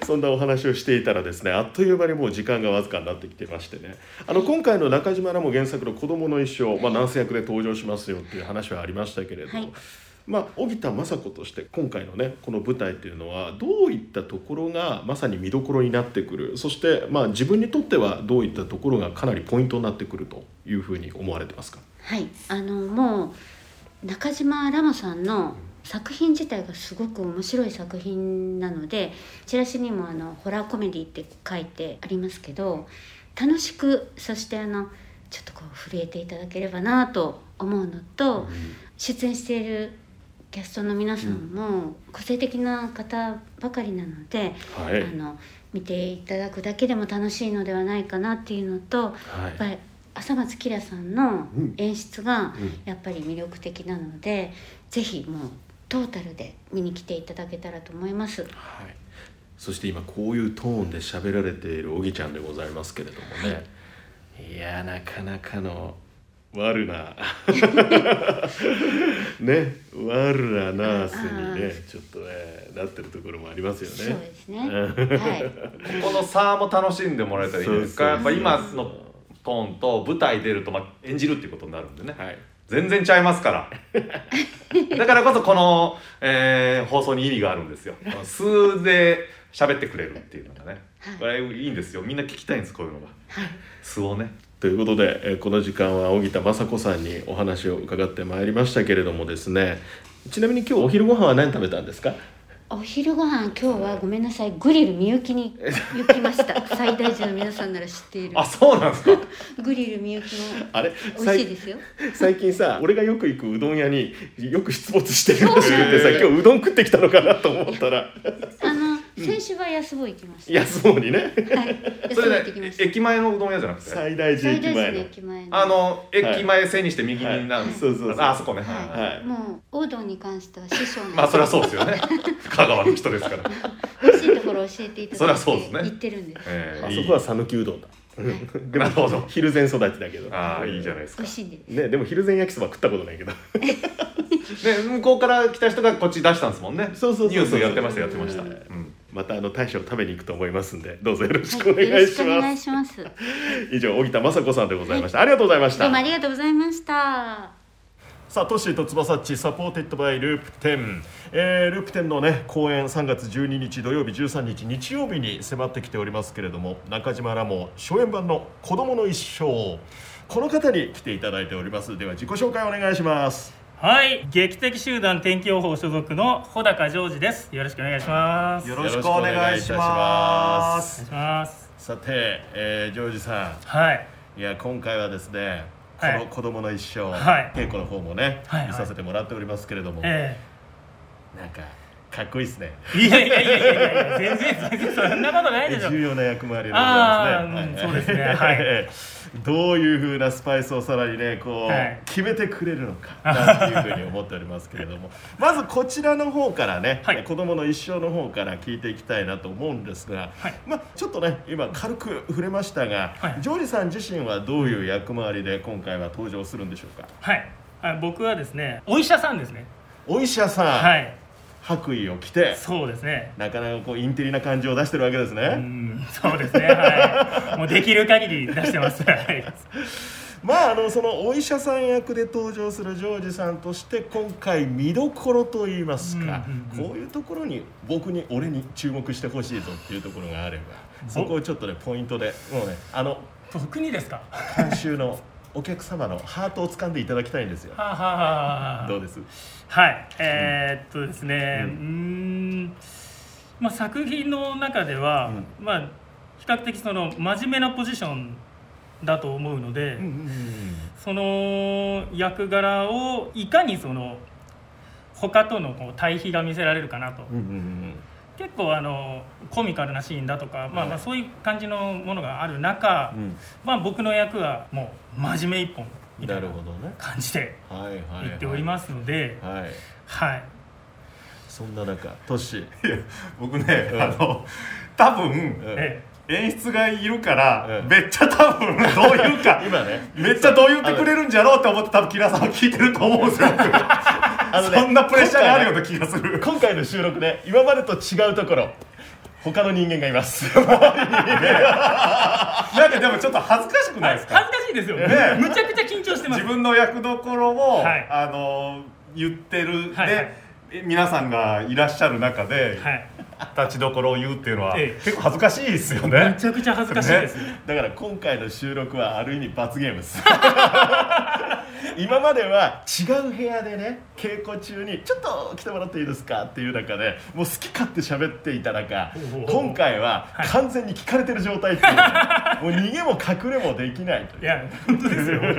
B: そんなお話をしていたらですねあっという間にもう時間がわずかになってきてましてねあの今回の中島らも原作の「子供の一生」まあ、男性役で登場しますよっていう話はありましたけれど、
D: はい
B: まあ、荻田雅子として今回のねこの舞台というのはどういったところがまさに見どころになってくるそして、まあ、自分にとってはどういったところがかなりポイントになってくるというふうに思われてますか
D: はい、あのもう中島ラモさんの作品自体がすごく面白い作品なのでチラシにもあのホラーコメディって書いてありますけど楽しくそしてあのちょっとこう震えていただければなと思うのと、出演しているキャストの皆さんも個性的な方ばかりなので、
B: はい、
D: あの見ていただくだけでも楽しいのではないかなっていうのと、
B: は
D: やっ
B: い
D: ぱり浅松キラさんの
B: うん
D: 演出が
B: うん
D: やっぱり魅力的なので、ぜひもうトータルで見に来ていただけたらと思います。
B: はい、そして今こういうトーンで喋られているおぎちゃんでございますけれどもね、い、やなかなかの悪 なね悪なナースにねちょっとねなってるところもありますよ
D: そう
B: ね。
D: ですね。 は
C: この差も楽しんでもらえたらいいですかや
B: そ
C: っ
B: うそ
C: ぱ
B: うそう
C: 今のトーンと舞台出るとまあ演じるっていうことになるんでね、
B: はい
C: 全然ちゃいますからだからこそこの、えー放送に意味があるんですよこの数で喋ってくれるっていうのがね、
D: はい
C: これいいんですよみんな聞きたいんですこういうのが素をね
B: ということで、えーこの時間は荻田雅子さんにお話を伺ってまいりましたけれどもですねちなみに今日お昼ご飯は何食べたんですか
D: お昼ご飯今日はごめんなさいグリルみゆきに行きました 最大寺の皆さんなら知っている
C: あそうなんですか
D: グリルみゆきも
B: あれ
D: 美味しい
B: 最
D: ですよ
B: 最近さ俺がよく行くうどん屋によく出没してるらしくてさ
C: そう
B: 今日うどん食ってきたのかなと思ったら
D: あの先週は安坊行きました
B: 安そうにね
D: はい安
C: そ
D: 坊行
C: れ
D: ってきま
C: で
D: した
C: 駅前のうどん屋じゃなくて
B: 最大寺
D: 最
B: 駅
D: 大寺
B: 前
D: の
B: の
D: 駅前の
C: あの駅前線にして右にな
B: は
C: る、
B: いそうそうそう
C: ああそこね、はい
D: はい、
B: はい
D: もう王道に関しては師匠の
C: まあそりゃそうですよね香川の人ですから、
D: 欲しいところを教えていた
C: そり
D: だ
C: ゃ
D: い
C: そうです
D: て
C: ね
D: 行ってるんです
C: え
B: あ
C: え
B: そこは讃岐うどんだ
C: なるほど
B: 昼前育ちだけど
C: ああいいじゃないです
D: 美
C: か
D: 味しいんで
B: ねでも昼前焼きそば食ったことないけど
C: で向こうから来た人がこっち出したんですもんね
B: そうそうそうそう
C: ニュースやってましたやってました、
B: うん
C: うん
B: またあの大将食べに行くと思いますんでどうぞよろし
D: す、
B: くお
D: は
B: 願
D: い、よろ
B: い
D: し
B: し
D: くお願
B: ま
D: い
B: す
D: しますど
B: 以上荻田雅子さんでございましたありがとうございました
D: うもありがとうございました
B: さあトッシーと翼っちサポーテッドバイループ10、えー、ループ10のね公演3月12日土曜日13日日曜日に迫ってきておりますけれども中島らも初演版の子供の一生この方に来ていただいておりますでは自己紹介お願いします
E: はい、劇的集団天気予報所属の穂高ジョージです。よろしくお願いします。
C: よ
E: お
C: ろしくお願いします
E: 願いします。
B: さて、えー、ジョージさ
E: はい、
B: んいや今回はですねこ
E: はい
B: の子供の一生、
E: はい
B: 稽古の方もね、
E: はいはい
B: 見させてもらっておりますけれども、
E: え
B: なんかかっこいいですね
E: えいやいやいやいやいや、全然全然そんなことないでしょ。
B: 重要な役回りでござ
E: あ
B: い
E: ー
B: ますね。
E: うんそうですねはい
B: ええ どういうふうなスパイスをさらにねこう、
E: はい
B: 決めてくれるのかなというふうに思っておりますけれ どもまずこちらの方からね、
E: はい
B: 子供の一生の方から聞いていきたいなと思うんですが、
E: はい
B: まあちょっとね今軽く触れましたが、
E: はい
B: ジョージさん自身はどういう役回りで今回は登場するんでしょうか
E: はい、あ僕はですね、お医者さんですね。
B: お医者さん、
E: はい、
B: 白衣を着て
E: そうですね。
B: なかなかこうインテリな感じを出してるわけですね。
E: うん、そうですね。はい、もうできる限り出してます。はい、
B: まああのそのお医者さん役で登場するジョージさんとして今回見どころといいますか、
E: うんうんうん
B: こういうところに僕に俺に注目してほしいぞっていうところがあればそこをちょっとねポイントでもうねあの
E: 僕にですか。
B: 監修のお客様のハートを掴んでいただきたいんですよ。
E: はあ、はあはあ
B: どうです
E: はい、えーっとですね、
B: う
E: うーん、まあ、作品の中では、まあ、比較的その真面目なポジションだと思うので、その役柄をいかにその他とのこう対比が見せられるかなと、
B: うんうんうん
E: 結構あのコミカルなシーンだとか、まあ、ま
B: はい
E: あそういう感じのものがある中、
B: うん
E: まあ、僕の役はもう真面目一本
B: うん
E: みた
B: ないる
E: な
B: ほどね。
E: 感じで
B: はいはい、はい。
E: 言っておりますので、
B: はい。
E: はい、
B: そんな中、トッシー、
C: 僕ね、あの多分、
B: うん
E: ええ
C: 演出がいるから、
B: うん
C: めっちゃ多分どうい うか
B: 今ね、
C: めっちゃどう言ってくれるんじゃろうって思って多分木田さんは聞いてると思うんですよ
B: あのね
C: そんなプレッシャーがあるような気がす る
B: 今回の収録ね今までと違うところ他の人間がい ます
C: なんかでもちょっと恥ずかしくないで
E: 恥ず
C: す
E: か
C: か
E: しいですよ、
C: ね
E: むちゃくちゃ緊張してます
C: 自分の役どころを、
E: はい
C: あの言ってる、
E: はいはい
C: で皆さんがいらっしゃる中で、
E: はい
C: 立ちどころを言うっていうのは、
E: ええ
C: 結構恥ずかしいですよ
E: め
C: ね
E: ちゃくちゃ恥ずかしいです、
B: だから今回の収録はある意味罰ゲームです 今までは違う部屋でね稽古中に「ちょっと来てもらっていいですか?」っていう中でもう好き勝手喋っていた中
E: おうおうおう
B: 今回は完全に聞かれてる状態っていうね、もう逃げも隠れもできないという
E: いや本当ですよ本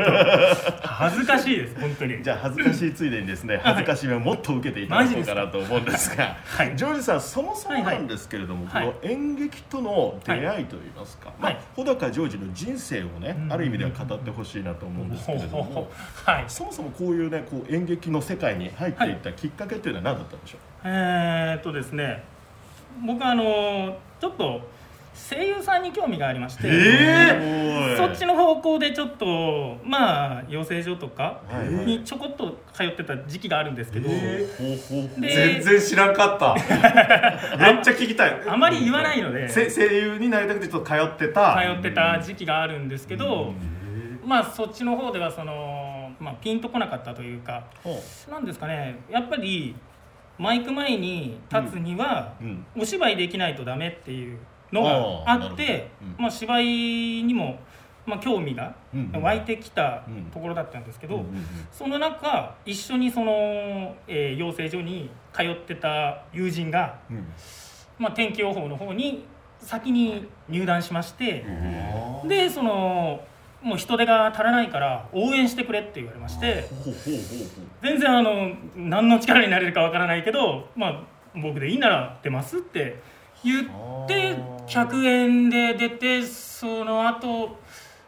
E: 当恥ずかしいです本当に
B: じゃあ恥ずかしいついでにですね恥ずかしめをもっと受けていただこうかなと思うんですが、
E: すかはい
B: ジョージさんそもそもなんですけれども、
E: はいはい
B: この演劇との出会いといいますか、
E: はい
B: まあ、穂高ジョージの人生をね、
E: うん
B: ある意味では語ってほしいなと思うんですけれど
E: ほうほう
B: も
E: ほう。はい
B: そもそもこういうねこう演劇の世界に入っていったきっかけというのは何だったんでしょ
E: えー、っとですね僕あのちょっと声優さんに興味がありまして、
B: う、え
E: そっちの方向でちょっとまあ養成所とか
B: はいはい
E: にちょこっと通ってた時期があるんですけど、
B: ほうほうほう
C: 全
E: で
C: 然知らんかっためっちゃ聞きたい
E: あまり言わないので、
C: せ声優になりたくてちょっと通ってた
E: 通ってた時期があるんですけど、まあそっちの方ではその、まあ、ピンとこなかったというか
B: ほ
E: なんですかねやっぱりマイク前に立つには
B: う、うん
E: お芝居できないとダメっていうの
B: あ
E: が
B: あ
E: あっ
B: なる
E: て
B: ほどうん
E: まあ、芝居にもまあ、興味が
B: うんうん
E: 湧いてきた
B: うん
E: ところだったんですけど、
B: うんうんうん
E: その中一緒にその、えー養成所に通ってた友人が、
B: うん
E: まあ、天気予報の方に先に入団しまして、
B: うん
E: でそのもう人手が足らないから応援してくれって言われまして
B: ほうほうほ
E: 全然あの何の力になれるかわからないけど、まあ、僕でいいなら出ますって言
B: うほう
E: って100円で出てその後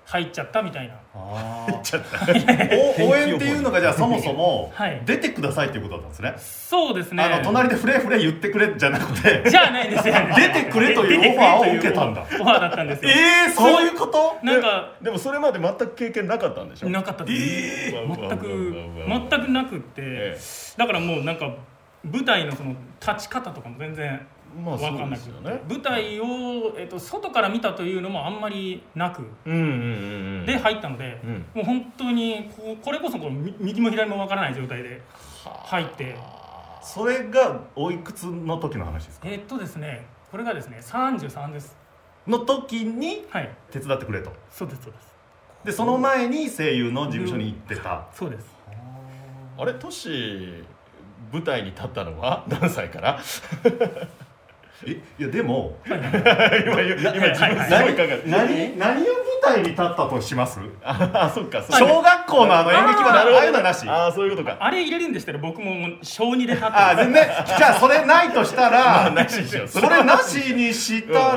E: 入っちゃったみたいな
B: あ
F: 言っ
B: ー
F: ちゃった
B: お
F: 応
B: 応
F: 援
B: 援
F: っ
B: ってて
F: い
B: いうう
F: の
B: の
F: が
B: が
F: じ
B: じ
F: ゃ
B: ゃあそ
F: あそも
B: も
F: そ
B: そ
F: も
B: も
E: はい
F: 出てくださいっていうことだったんですね
E: そうですね
F: あの隣でフレフレ言ってくれじゃなくて
E: じゃあないんですよ
F: 出てくれという
E: 出てくれ
F: オファーを受けたんだ
E: というオファーだったんですよ
F: ええそういうこと
E: なんか
B: でもそれまで全く経験なかったんでしょ
E: なかったです
B: えー
E: 全く
B: うわうわうわうわ
E: 全くなくって、
B: え
E: だからもうなんか舞台のその立ち方とかも全然
B: まあ
E: 分
B: そ
E: か
B: うんで
E: なく
B: す
E: て、
B: よね
E: 舞台を、えっと外から見たというのもあんまりなく
B: うんうんうんうん
E: で入ったので、
B: うん
E: もう本当にこうこれこそこうみ右も左も分からない状態で入って
F: それがおいくつの時の話ですか
E: えっとですねこれがですね33です
F: の時に
E: はい
F: 手伝ってくれと
E: そうですそうです
F: でその前に声優の事務所に行ってた
E: そうです
B: あれトシ舞台に立ったのは何歳から
F: えいやでも
B: 今言う今
E: はい
B: 自分すごい考える
F: 何何を舞台に立ったとします
B: ああそっかそっか
F: 小学校のあの演劇は
B: な
F: な
B: る
F: る
B: ほど
F: ああいうのはなし
B: ああそういうことか
E: あれ入れるんでしたら僕ももう小2で立って
F: あ
E: ます
F: 全然じゃあそれないとし たら
B: なしにしよう
F: それなしにした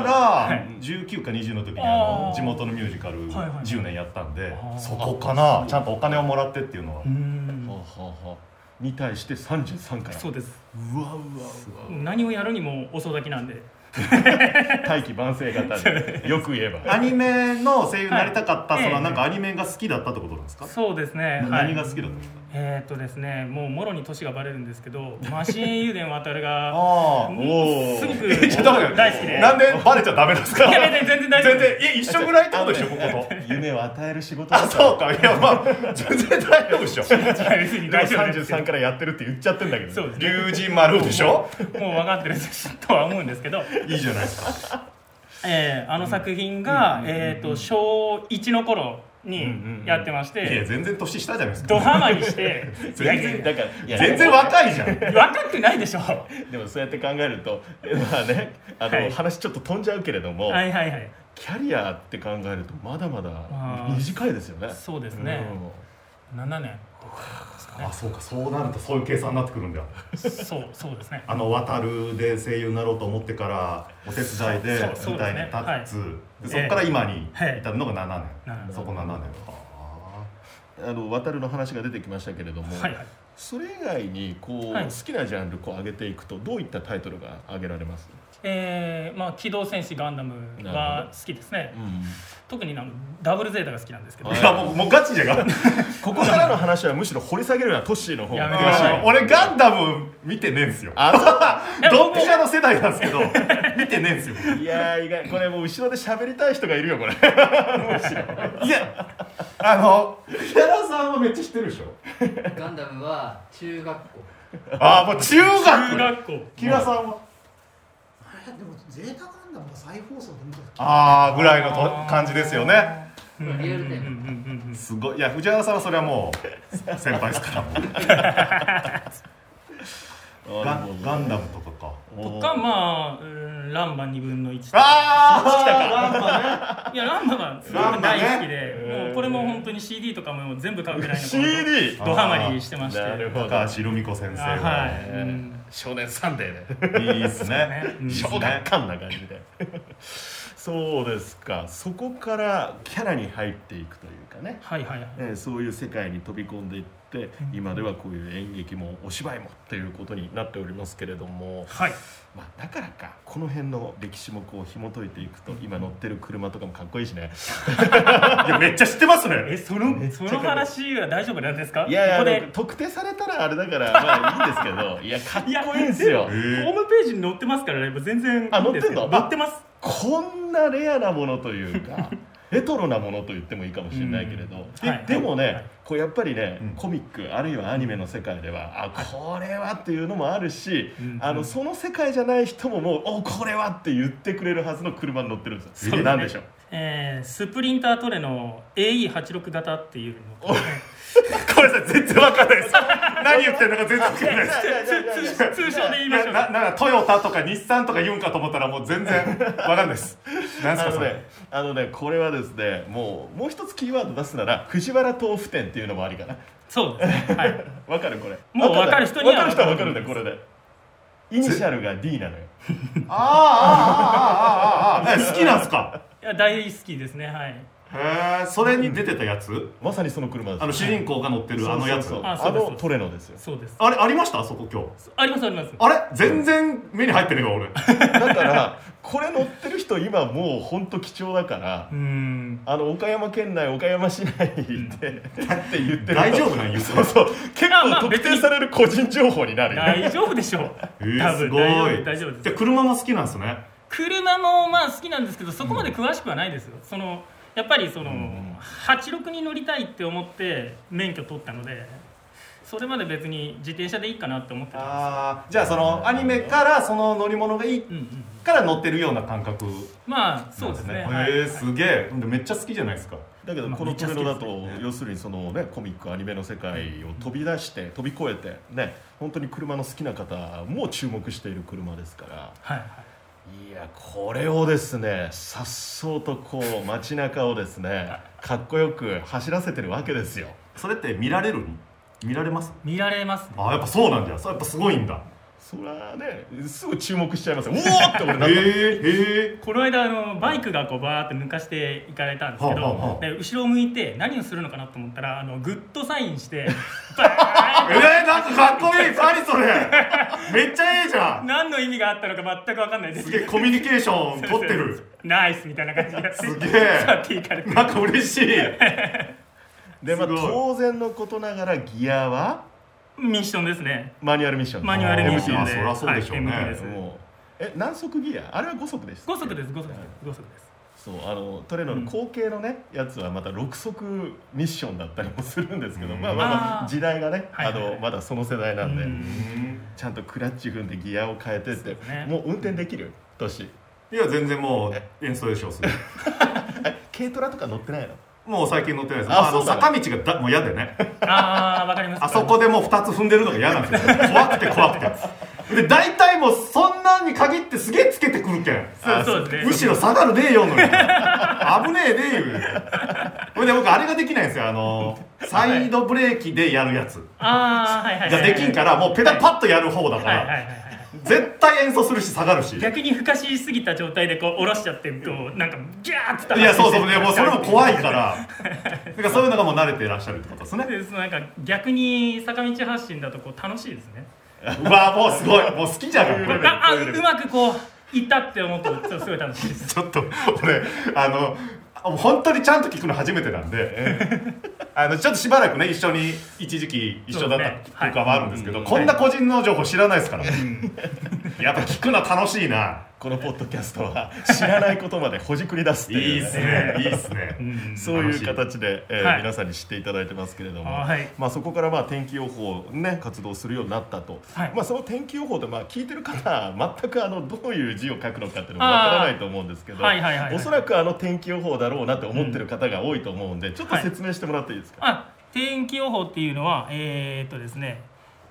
E: い
F: ら19か20の時にあ
E: あ
F: の
E: ー
F: 地元のミュージカル
E: はいはい
F: 10年やったんで
E: あー
F: そこかなちゃんとお金をもらってっていうのは
E: うーん
B: はあはあはあに対して33から
E: そうです
B: うわうわうわ
E: 何をやるにも遅咲きなんで
B: 大器晩成型でよく言えば
F: アニメの声優になりたかった
E: はい
F: それ
E: え
F: は
E: え
F: なんかアニメが好きだったってことなんですか
E: そうですね
F: な
E: はい
F: 何が好きだったんですか
E: えーっとですねもうもろに年がバレるんです けどマシン油田渡るが
F: あ
E: うん
F: ー
B: おー
E: すごく
F: えちょっと待って
E: 大好きで
F: なんでバレちゃダメなんですか
E: いやいや全然大丈夫
F: 全然え一緒ぐらいってことでしょここと
B: 夢を与える仕事だ
F: あ
B: から
F: そうかいやまあ全然大丈夫でしょ
E: はい別に
B: でも
E: 大丈夫ですよ
B: 33からやってるって言っちゃってんだけどね
E: そうですね
F: 龍神丸でしょ
E: もう分かってるとは思うんですけど、
F: いいじゃないですか
E: えーあの作品が、えー、と小1の頃
B: うんうん
E: に
B: うん
E: やってまして、
F: いや全然年下じゃないです
E: ド
F: か
E: ハマりして
B: 全然だからいや
F: 全然若いじゃん
E: 分かってないでしょは
B: でもそうやって考えるとまあねあの、
E: はい
B: 話ちょっと飛んじゃうけれども、
E: いはいはい
B: キャリアって考えるとまだまだ
E: あー
B: 短いですよね。
E: そうですね、7年
F: あそうかそうなるとそういう計算になってくるんだよ
E: そうそうですね
F: あの渡るで声優になろうと思ってからお手伝いで
E: そうそう
F: 舞台に立つ
E: そうですねはい
F: でそこから今に
E: はい
F: 至るのが7
E: なるほ
F: 年
E: ど
F: そこ7年
B: うんあの渡るの話が出てきましたけれども、
E: はいはい
B: それ以外にこう、
E: はい
B: 好きなジャンルこう上げていくとどういったタイトルが挙げられます？
E: えーまあ「機動戦士ガンダム」が好きですね特にあのダブルゼータが好きなんですけど、
B: はい
F: いやもうもうガチじゃが
B: ここからの話はむしろ掘り下げるようなトッシーの方が
E: やめてください
F: 俺ガンダム見てねえんすよ
B: あそう
E: や
F: ドンピシャの世代なんですけど見てねえんすよ
B: いやー意外これもう後ろで喋りたい人がいるよこれむしろ
F: いやあの木原さんはめっちゃ知ってるでしょ
G: ガンダムは中学校
F: ああもう中
E: 中
F: 学
E: 学校
F: 木原さんは
H: あれでもゼータガンダムが再放送で見た時
F: ああぐらいのと感じですよね
E: うんうんうんうんうん
F: すごいいや藤原さんはそれはもう先輩ですからガンガンダムとかか
E: うんとかまあうんランマ2分の1
F: あ
E: いやランマがすごく大好きで、もうこれも本当に CD とかも全部買うぐらいの
B: CD
E: ドハマりしてまして
B: なるほど
F: 高橋留美子先生
E: あは
F: が
E: い、うん
B: 少年サンデーで
F: いいですね
E: うん
B: 小学館な感じでそうですかそこからキャラに入っていくというかね、
E: はいはいはい
B: えーそういう世界に飛び込んでいって今ではこういう演劇もお芝居もっていうことになっておりますけれども、
E: はい
B: まあ、だからかこの辺の歴史もこう紐解いていくと今乗ってる車とかもかっこいいしね
F: いやめっちゃ知ってますね
E: えそのそ
B: ちゃ
E: の話は大丈夫なんですか
B: いやいや
E: こ
B: あ
E: こ
B: の
E: で
B: 特定されたらあれだからまあいいんですけどいやかっこいいんですよ
E: ホームページに載ってますからねもう全然
B: あ
E: いいですけど
B: 載ってんの
E: 載ってます
B: こんなレアなものという かレトロなものと言ってもいいかもしれないけれど、
E: うんはい
B: ででもね、
E: はい
B: こうやっぱりね、
F: うん
B: コミックあるいはアニメの世界ではあこれはっていうのもあるし、
E: うん
B: あのその世界じゃない人ももうおこれはって言ってくれるはずの車に乗ってるんです
E: そうで
B: よ。
E: すね
B: なんでしょう
E: えースプリンタートレの AE86 型っていうのと
F: ごめんなさい全然わかんないです何言ってるのか全然わかんないです
E: 通通通称で言いましょう
F: なななんかトヨタとか日産とか言うんかと思ったらもう全然わかんないですなんす
B: あ
F: か
B: の
F: それ
B: ね、あのね、これはですね、もう、もう一つキーワード出すなら、藤原豆腐店っていうのもありかな。
E: そうですねはい
B: わかる、これ。
E: もうわかる人には
B: わかる人はわかるんだよ、これで。イニシャルが D なのよ。
F: あーあーあーあーあーあーあーえ好きなんすか
E: いや大好きですねはい
F: へえそれに出てたやつ
B: まさにその車です。
F: あの主人公が乗ってるあのやつ
B: そうそうそう
E: あ
B: あ
E: そうです
B: のトレノですよ。
E: そうです
F: あれありましたあそこ今日
E: ありますあります
F: あれ全然目に入ってねえわ俺
B: だから、これ乗ってる人、今もう本当貴重だから
E: う。ーん
B: あの岡山県内岡山市内で、だって言ってる
F: 大丈夫なんよ
B: そうそう結
E: あまあ
B: 構特定される個人情報になるよ
E: 大丈夫でしょう
F: えー
E: 多
F: す
E: 分
F: ごい
E: 大丈夫大丈夫
F: じゃ
E: で
F: あ
E: す
F: 車も好きなんですね
E: 車もまあ好きなんですけどそこまで詳しくはないですよそのやっぱりその、86に乗りたいって思って免許取ったのでそれまで別に自転車でいいかなって思ってたんで
F: ああじゃあそのアニメからその乗り物がい
E: す
F: い
E: よ、うんうん、
F: から乗ってるような感覚
E: まあそうですね
F: へ
E: はい
F: えすげえほんでめっちゃ好きじゃないですか
B: だけど
E: まあ
B: このトレノだと、
E: めっちゃ好きですね
B: 要するにそのねコミックアニメの世界を飛び出して、飛び越えてね本当に車の好きな方も注目している車ですから
E: はい
B: いやこれをですねさっそうとこう街中をですねかっこよく走らせてるわけですよ
F: それって見られる見られます
E: 見られますね
F: あーやっぱそうなんじゃそれやっぱすごいんだ
B: そりゃねすぐ注目しちゃいますよおおって俺なった
F: へえ
E: この間あのバイクがこうバーって抜かして行かれたんですけど、
F: はあはあはあ
E: で後ろを向いて何をするのかなと思ったらあのグッドサイン してバー
F: えー、なんかかっこいい何それめっちゃええじゃ
E: ン
F: ん
E: 何の意味があったのか全く分かんないです
F: すげえコミュニケーション取ってる
E: ナイスみたいな感じでやって
F: すげえ
E: 去っていかれて
F: なんか嬉しい
B: で、まあ、
F: すごい
B: 当然のことながらギアは
E: ミッションですね
B: マニュアルミッション
E: マニュアルミッションで
F: あーそりゃそうでしょうね
E: はい MP です
B: もうえ何速ギアあれは5速です
E: 5速です5速です5速 です
B: そうあのトレノの後継のね、やつはまた6速ミッションだったりもするんですけど、まあまあま
E: あ
B: あ
E: ー
B: 時代がね、
E: はいはいはい
B: あのまだその世代なんで、
E: うん
B: ちゃんとクラッチ踏んでギアを変えてって、
E: そうですね
B: もう運転できる年
F: いや全然もう演奏でしょする
B: え軽トラとか乗ってないの
F: もう最近乗ってないです
B: あ
F: あの
B: そうだ
F: 坂道がだもう嫌でね
E: ああわかります
F: あそこでもう2つ踏んでるのが嫌なんですよ怖くて怖くてで大体もうそんなんに限ってすげえつけてくるけん
E: そうそうですね
F: むしろ下がるでえよのに危ねえでえよほれで僕あれができないんですよあのサイドブレーキでやるやつ
E: ああはいはい
F: が
E: はい
F: できんからもうペダルパッとやる方だか
E: はいはいは
F: ら
E: いはい
F: 絶対演奏するし下がるし
E: 逆にふかしすぎた状態でこう下ろしちゃってこうなんかギャーって
F: いやそうそうねもうそれも怖い
E: ら
F: からなんかそういうのがもう慣れてらっしゃるってことですね
E: でそのなんか逆に坂道発進だとこ う楽しいですね
F: うわもうすごいもう好きじゃ んこれ
E: ああうまくこういったって思うとそうすごい楽しいです
F: ちょっと俺あのあ本当にちゃんと聞くの初めてなんで あのちょっとしばらくね一緒に一時期一緒だった
E: そうね
F: 空間はあるんですけど、
B: はい
F: こんな個人の情報知らないですから、 やっぱ聞くの楽しいな
B: このポッドキャストは知らないことまでほじくり出すって
F: いい
B: いう、
F: っすねいいっすね、
B: そういう形で、えー
E: はい
B: 皆さんに知っていただいてますけれども、
E: はい
B: まあ、そこからまあ天気予報、ね、活動するようになったと、
E: はい
B: まあ、その天気予報でまあ聞いてる方全くあのどういう字を書くのかっていうのもわからないと思うんですけど、
E: はいはいはいはい
B: おそらくあの天気予報だろうなって思ってる方が多いと思うんで、ちょっと説明してもらっていいですか、
E: あ天気予報っていうのはえー、っとですね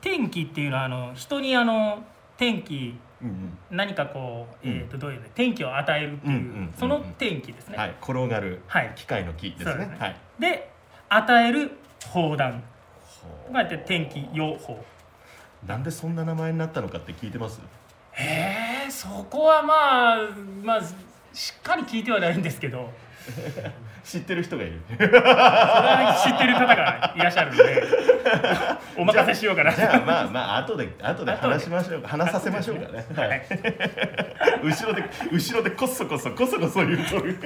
E: 天気っていうのはあの人にあの天気
B: うんうん
E: 何かこう、
B: うん
E: えー、っとどういうの天気を与えるっていう,、
B: うんうんうんうん
E: その天気ですね
B: はい、転がる
E: はい
B: 機械の木です
E: そうです
B: ね
E: ね。
B: はい
E: で与える砲弾こうやって天気予報
B: なんでそんな名前になったのかって聞いてます
E: えー、そこはまあまあしっかり聞いてはないんですけど
B: 知ってる人がいる
E: それは知ってる方がいらっしゃる のでお任せしようかな
B: じゃあまあまあ後で後で話しましょう話させましょうかね、はい、 後ろで後ろでこそこそこそこそ言うとる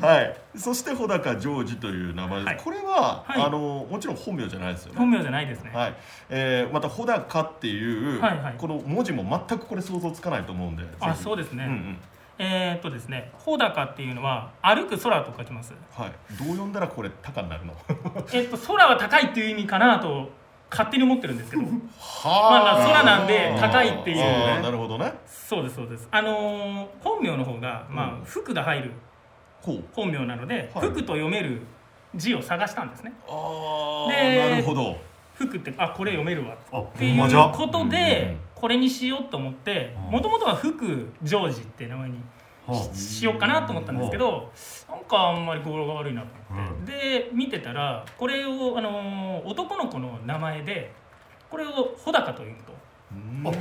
B: はいそして穂高ジョージという名前です、
E: はい
B: これは、
E: はい
B: あのもちろん本名じゃないですよね
E: 本名じゃないですね、
B: はいえーまた「穂高」っていう、
E: はいはい
B: この文字も全くこれ想像つかないと思うんで
E: あ
B: ぜひ
E: そうですね、
B: うんうん
E: えー、っとですね「穂高」っていうのは「歩く空」と書きます
B: はい、どう呼んだらこれ「高」になるの
E: えっと空は高いっていう意味かなと勝手に思ってるんですけ ど
B: は
E: まあまあ空なんで高いっていう
B: あーなるほどね
E: そうですそうですあのー本名の方が、まあ、服が入る
B: ほう
E: 本名なので「
B: はい
E: 福」と読める字を探したんですね。
B: あ
E: で
B: あなるほど
E: 福ってあこれ読めるわ
F: あ
E: ってい
F: ほんまじ
E: う
F: ゃ
E: ことでこれにしようと思ってもともとは福ジョージって名前に
F: は
E: ししようかなと思ったんですけどなんかあんまり語呂が悪いなと思って、で見てたらこれを、あのー男の子の名前でこれを穂高というと
B: あおる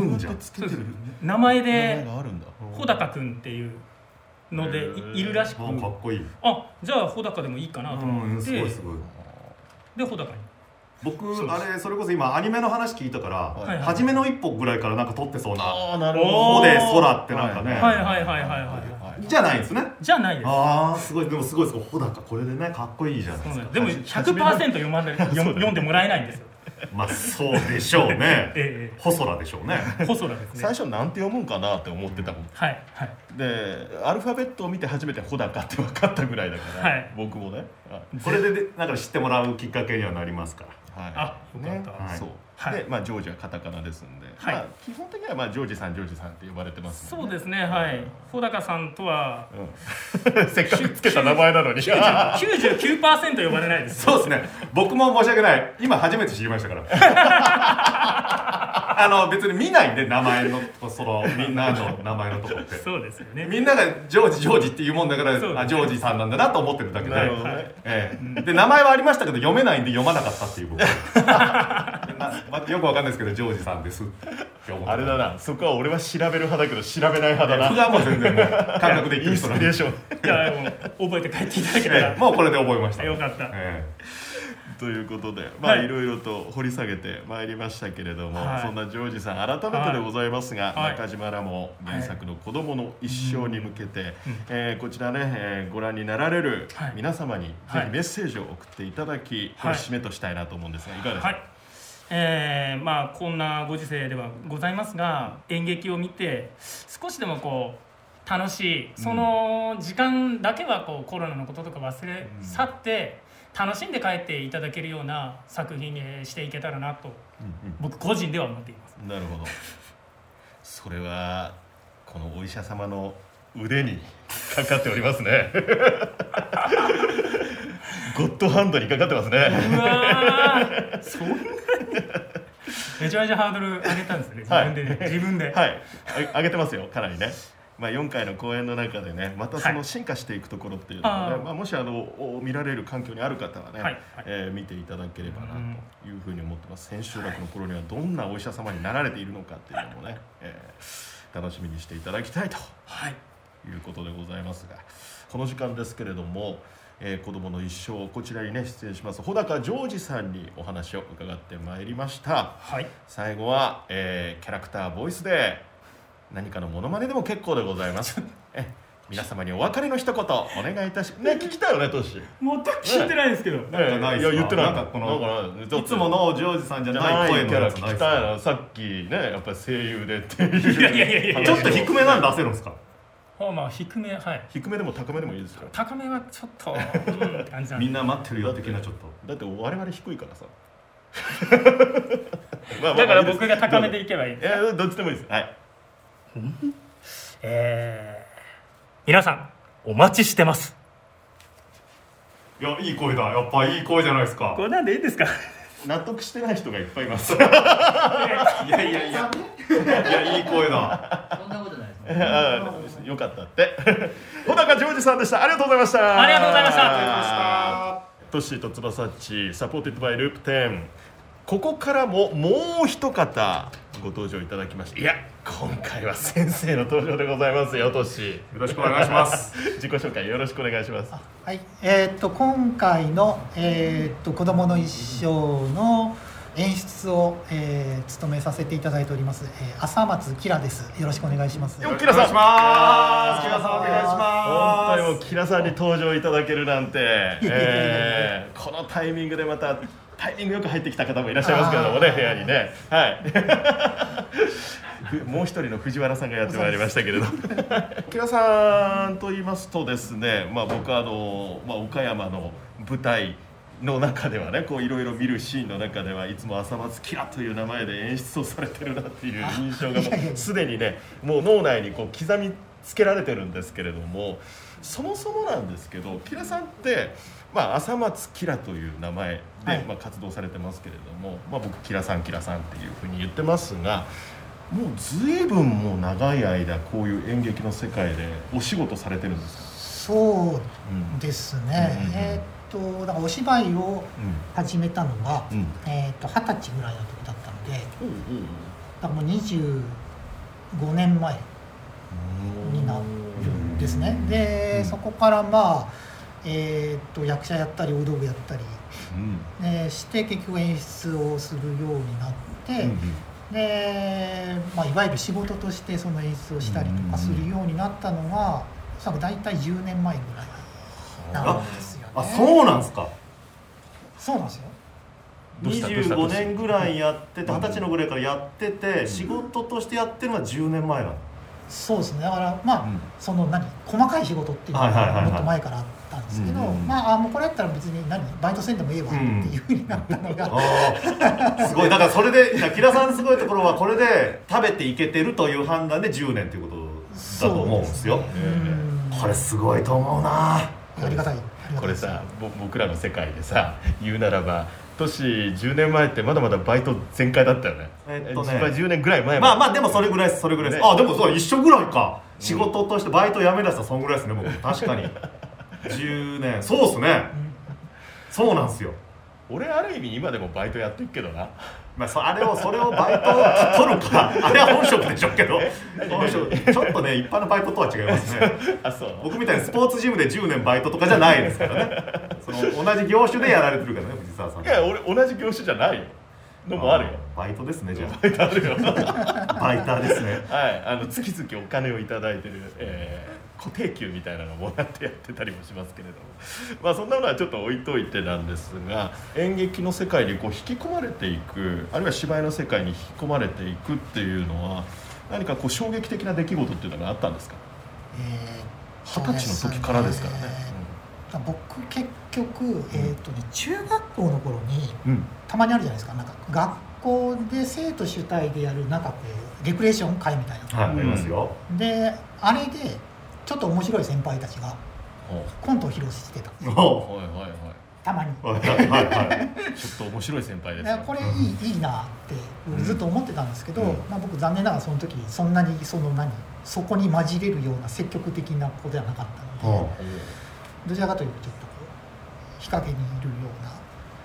B: んじゃんつけ
E: てる名前で
B: があるんだ
E: 穂高くんっていうのでいいるらしく
F: あかっこいい
E: あじゃあ穂高でもいいかなと思って、
F: ごいすごい
E: で穂高に
F: 僕あれそれこそ今アニメの話聞いたから
E: はい
F: 初めの一歩ぐらいからなんか撮ってそうな
B: ああなる
F: こ
B: ほ
F: こ
B: ど
F: で空ってなんかね、
E: はいはいはいはいはい
F: じゃないんですね
E: じゃないです
F: ああすごいでもすごいすごいほだかこれでねかっこいいじゃない
E: そ
F: で
E: う
F: す
E: な
F: か
E: んですでも100%読まない読む読んでもらえないんですよ。
F: まあそうでしょう ね
E: え
F: 細空でしょうね
E: え細田です
B: 最
E: ね。
B: 初なんて読むんかなって思ってたもん
E: はいはい。
B: でアルファベットを見て初めて「ほだか」って分かったぐらいだから、
E: はい
B: 僕もねはい
F: これででなんか知ってもらうきっかけにはなりますから
E: あよかった
F: はい
B: そう、
E: はい
B: で、まあ、ジョージはカタカナですんで、
E: はい
B: まあ、基本的には、まあ、ジョージさんジョージさんって呼ばれてますも
E: そ
B: ん
E: う
B: ね
E: ですねはい。穂高さんとは
B: うん せっかくつけた名前なのにあ
E: 99%呼ばれないです。
F: そうですね僕も申し訳ない今初めて知りましたから あの別に見ないんで名前のそのみんなの名前のとこって
E: そうですよね。
F: みんながジョージジョージっていうもんだか
E: そ
F: ら、
E: うですね
F: あジョージさんなんだなと思ってるだけで、
B: なるほどね
F: はいええで名前はありましたけど読めないんで読まなかったっていう僕なまよくわかんないですけどジョージさんですって思って
B: れだなそこは俺は調べる派だけど調べない派だ
F: 僕
B: な
F: はもう全然もう感覚で言って
B: イ
F: る
B: ン
F: 人
B: ス
F: な
B: ピ
F: ん
B: レ
F: で
B: ーション
E: じゃあもう覚えて帰っていただけた
F: ええ
E: ら
F: もうこれで覚えまし た
E: よかった。
F: え
B: ということでまあ
E: はい
B: いろいろと掘り下げてまいりましたけれども、
E: はい
B: そんなジョージさん改めてでございますが、
E: はい
B: 中島らも原作の「子どもの一生」に向けて、えーこちらね、えーご覧になられる
E: はい
B: 皆様にぜ
E: は
B: ひ
E: い
B: メッセージを送っていただき、これ
E: はい
B: 締めとしたいなと思うんですがいかがですか、
E: はい。えーまあこんなご時世ではございますが演劇を見て少しでもこう楽しいその時間だけはこうコロナのこととか忘れ去って楽しんで帰っていただけるような作品にしていけたらなと僕個人では思ってい ます。
B: なるほどそれはこのお医者様の腕にかかっております ねゴッドハンドにかかってますね
E: うわーそんなに めちゃめちゃハードル上げたんですね自
B: はい
E: 分でね、自分で。
B: はい、あ上げてますよ、かなりね。まあ、4回の公演の中でねまたそ
E: は
B: の
E: い
B: 進化していくところっていうのはね
E: あー
B: まあ、もしあのお見られる環境にある方はね、
E: はいはい
B: えー見ていただければな
E: うん
B: というふうに思ってます千秋楽の頃にはどんなお医者様になられているのかっていうのもね、えー楽しみにしていただきたいと
E: はい
B: いうことでございますがこの時間ですけれども、えー子どもの一生こちらにね出演します穂高ジョージさんにお話を伺ってまいりました。
E: はい
B: 最後は、えーキャラクターボイスで何かのモノマネでも結構でございます え皆様にお別れの一言お願いいたしね聞きたいよねトシ
E: 全く聞いてないですけど、
F: なんかないっすか
B: 言ってない
F: なんかこの
B: なんか
F: え
B: ない
F: つものジョージさんじゃない
B: キ
F: 声
B: ャ
F: の
B: ラ
F: や
B: 聞
F: つ
B: き
F: ないった
B: いなさっきねやっぱり声優でっていう
E: いやいやいやいや
F: すかちょっと低めなん出せるんですか
E: あまあ低めはい
B: 低めでも高めでもいいですよ
E: 高めはちょっと、うん、って感じなんで
F: みんな待ってるよ的なちょっと
B: だって我々低いからさ まあまあ
E: だから
B: いいです
E: 僕が高めていけばいい
B: いやどっちでもいいですはい
E: えー、皆さんお待ちしてます
F: いやいい声だやっぱいい声じゃないですか
E: これなんでいいですか
B: 納得してない人がいっぱいいます
F: いやいやいやいやいい声だ
I: そんなことないですね
B: ああよかったって。小高ジョージさんでした。ありがとうございました。
E: ありがとうございましたありがとうございま
B: トッシーと翼っち、サポーテッドバイループ10。ここからももう一方ご登場いただきまして、いや今回は先生の登場でございますよトッシー。よ
F: ろしくお願いします
B: 自己紹介よろしくお願いします。
H: はい、えーっと今回のえーっと子供の一生の演出を、えー務めさせていただいております、えー浅松キラです。よろしくお願いします。
B: よキラさん。
F: ます木田さんお願いし
B: 本
F: ます
B: 当にもうキラさんに登場いただけるなんて、えーこのタイミングでまたタイミングよく入ってきた方もいらっしゃいますけれどもね部屋にねはい もう一人の藤原さんがやってまいりましたけ れどキラさんと言いますとですね、まあ、僕はあの、まあ、岡山の舞台の中ではねこういろいろ見るシーンの中ではいつも「浅松キラ」という名前で演出をされてるなっていう印象がもうすでにねもう脳内にこう刻みつけられてるんですけれどもそもそもなんですけどキラさんって、まあ、浅松キラという名前で、
H: はい
B: まあ、活動されてますけれども、まあ、僕キラさんキラさんっていうふうに言ってますがもう随分もう長い間こういう演劇の世界でお仕事されてるんですか、
H: そう
B: うん
H: です
B: う
H: ね、
B: んうんうん
H: えーっとだからお芝居を始めたのが、
B: うんうん
H: えーっと二十歳ぐらいの時だったのでだ
B: うんうん
H: からもう25年前になるんですねで、そこからまあえーっと役者やったり大道具やったり、
B: うん
H: ねして結局演出をするようになって、
B: うんうん
H: で、まあ、いわゆる仕事としてその演出をしたりとかするようになったのがおそらく大体10年前ぐらいなんですよね。
C: あそうなんですか
H: そうなんですよ
B: どうしたどうした
C: 25年ぐらいやってて二十歳のぐらいからやってて仕事としてやってるのは10年前なの
H: そうですねだからまあ、
B: うん
H: その何細かい仕事っていうの
C: はいはいはい
H: が
C: はい
H: もっと前からあったんですけど、
B: うんうんうん
H: まああもうこれやったら別に何バイトせんでもええわっていうふうになったのが、
C: ああすごいだからそれでだからキラさんのすごいところはこれで食べていけてるという判断で10年っていうことだと思うんですよ
H: うーん
C: これすごいと思うな
H: ありがたいありがたい
B: これさぼ僕らの世界でさ言うならば年10年前ってまだまだバイト全開だったよね
C: えっとね
B: 実は10年ぐらい前
C: まあまあでもそれぐらいですそれぐらいです、
B: ね
C: あでもそう一緒ぐらいか仕事としてバイト辞め出したらそんぐらいですね僕確かに10年そうですねそうなんですよ
B: 俺ある意味今でもバイトやってるけどな
C: まあ、そあれをそれをバイト取るかあれは本職でしょうけど本職ちょっとね一般のバイトとは違いますね
B: あそう
C: 僕みたいにスポーツジムで10年バイトとかじゃないですからねその同じ業種でやられてるからね藤沢さん
B: いや俺同じ業種じゃないよのもあるよ
C: バイトですねじゃあ
B: バイ トあるよは
C: バイターですね
B: いあの月々お金をいただいてる、えー固定給みたいなのもらってやってたりもしますけれどもまあそんなものは ちょっと置いといてなんですが演劇の世界にこう引き込まれていくあるいは芝居の世界に引き込まれていくっていうのは何かこう衝撃的な出来事っていうのがあったんですか
H: えー
B: 二十
H: っとね
B: 歳の時からですからね。
H: だから僕結局、えーっとね、中学校の頃に
B: うんうん
H: たまにあるじゃないですかなんか学校で生徒主体でやるなんかこうレクレーション会みたいな、
C: はいありますよ、
H: であれでちょっと面白い先輩たちが
B: ほ
H: コントを披露してたんですよ
B: う
C: お
B: はいはいは
H: たまに
C: うはいはいはい
B: いちょっと面白い先輩です
H: だから
B: よ
H: これいいいいなってずっと思ってたんですけど、
B: うん
H: まあ、僕残念ながらその時そんなにその何そこに混じれるような積極的な子ではなかったので、
C: は
H: どちらかというとちょっとこう日陰にいるような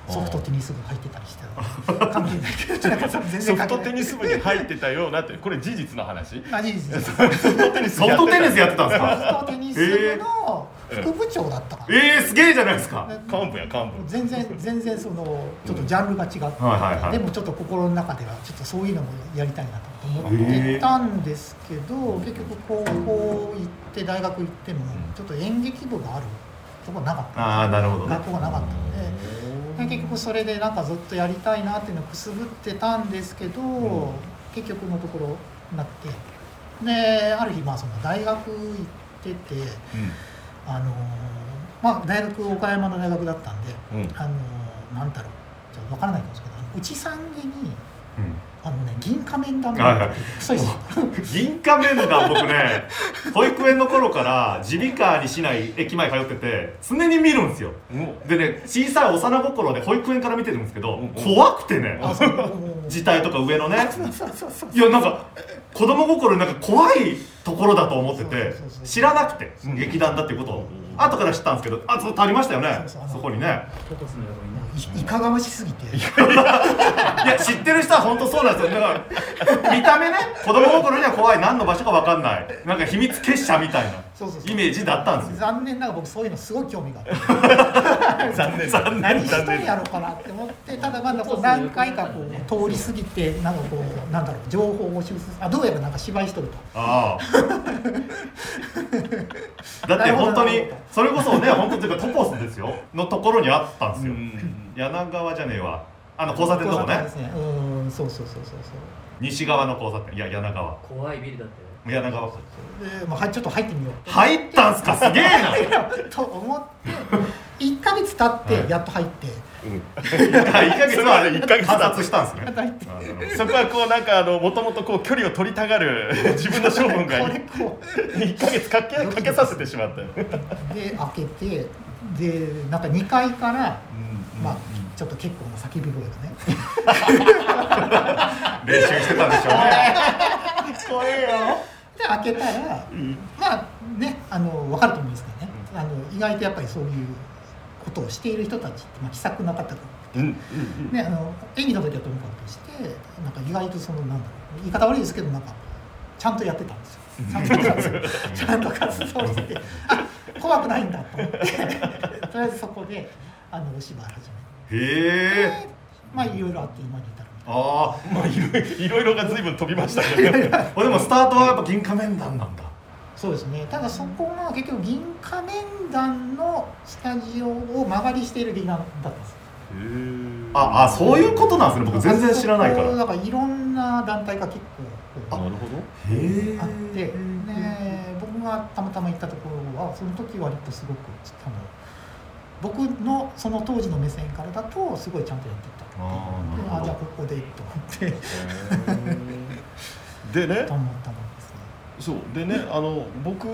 H: ソフトテニス部入ってたりしてたので関係 ないけど田中さん全
B: ソフ
H: 然関係
B: ト
H: ない
B: テニス部に入ってたようなってこれ事実の話
H: あ事実です
C: ソフトテニスやってたんです
H: ソフ
C: か
H: トテニス部の副部長だったから、
C: えー、すげえじゃないですか
H: で
B: 幹部や幹部
H: 全然全然そのちょっとジャンルが違って、
C: はいはいはい
H: でもちょっと心の中ではちょっとそういうのもやりたいなと思ってたんですけど、結局高校行って大学行ってもちょっと演劇部があるとこなかった
C: ああなるほどね
H: 学校がなかったので。で結局それでなんかずっとやりたいなっていうのをくすぶってたんですけど、結局のところなってである日まあその大学行ってて、あのーまあ大学岡山の大学だったんで、
B: うん
H: あのーなんだろうちょっとわからないかもしれないけど内三家にあのね銀仮面玉
C: はいはい
H: そうです
C: 銀貨面談僕ね保育園の頃から耳鼻科に市内駅前通ってて常に見るんですよ
B: も
C: でね小さい幼心で保育園から見てるんですけど、
B: うんうん
C: 怖くて ね
H: あそううん
C: 字体とか上のね
H: そうそうそう
C: いやなんか子供心になんか怖いところだと思ってて
H: そうそうそう
C: 知らなくて、
B: うん
C: 劇団だってことを後から知ったんですけどあそうありましたよね
H: そうそう
C: そこにね
H: いいかがわしすぎて
C: いや知ってる人は本当そうなんですよだから見た目ね子供心には怖い何の場所か分かんないなんか秘密結社みたいな
H: そうそうそう
C: イメージだったんですよ
H: 残念ながら僕そういうのすごい興味があって
B: 残念残
H: 何しとるやろうかなって思ってただまだこう何回かこう通り過ぎてなんかこうなんだろう情報を収集すあどうやらなんか芝居しとると
C: ああだって本当
H: な
C: に
H: るほど
C: それこそね本当というかトポスですよのところにあったんですよ、柳川じゃねえわあの交差点のとこ
H: 交差点で
C: ね
H: すねうんそうそうそうそうそう
C: 西側の交差点いや柳川
J: 怖いビルだったよ
B: 柳川区
H: でまあ、はいちょっと入ってみよう
B: 入ったんすかすげえな
H: と思って1か月経ってやっと入って、
B: 1ヶ月は1ヶ月
C: 観
B: だ
C: 察したんです
H: やっ
C: ね
H: と入って こ
B: そこはこうなんかあのもともとこう距離を取りたがる自分の性分が
H: れこ
B: 1か月かけかけさせてしまったよ、
H: うで開けてでなんか2階から、まあちょっと結構な叫び声がね
C: 練習して たんでしょうね
B: 怖えよ
H: で開けたら、まあねあの分かると思うんですけどね、あの意外とやっぱりそういうことをしている人たちって、まあ、気さくな方が多くて、ね、あの演技の時はともかくとしてなんか意外とそのなんだろう言い方悪いですけどなんかちゃんとやってたんですよ。ちゃんと活 動ちゃんと活動しててあ怖くないんだと思って とりあえずそこであのお芝居始
C: へ
H: め
C: え
H: て、まあいろいろあって今に至るみたい
C: ああ
B: まあいろいろいろが随分飛びましたけどね
C: でもスタートはやっぱ銀仮面団なんだ
H: なそうですねただそこが結局銀仮面団のスタジオを間借りしている劇団だったんです
C: ああそういうことなんですね僕全然知らないから
H: あそこ
C: へ
H: だからいろんな団体が結構こう
B: るほど
C: え
H: あってね僕がたまたま行ったところはその時割とすごくあの僕のその当時の目線からだとすごいちゃんとやってた
C: あーなるほど
H: であじゃあここでと思 って
B: でね
H: と思ったもんですね
B: そうでねあの僕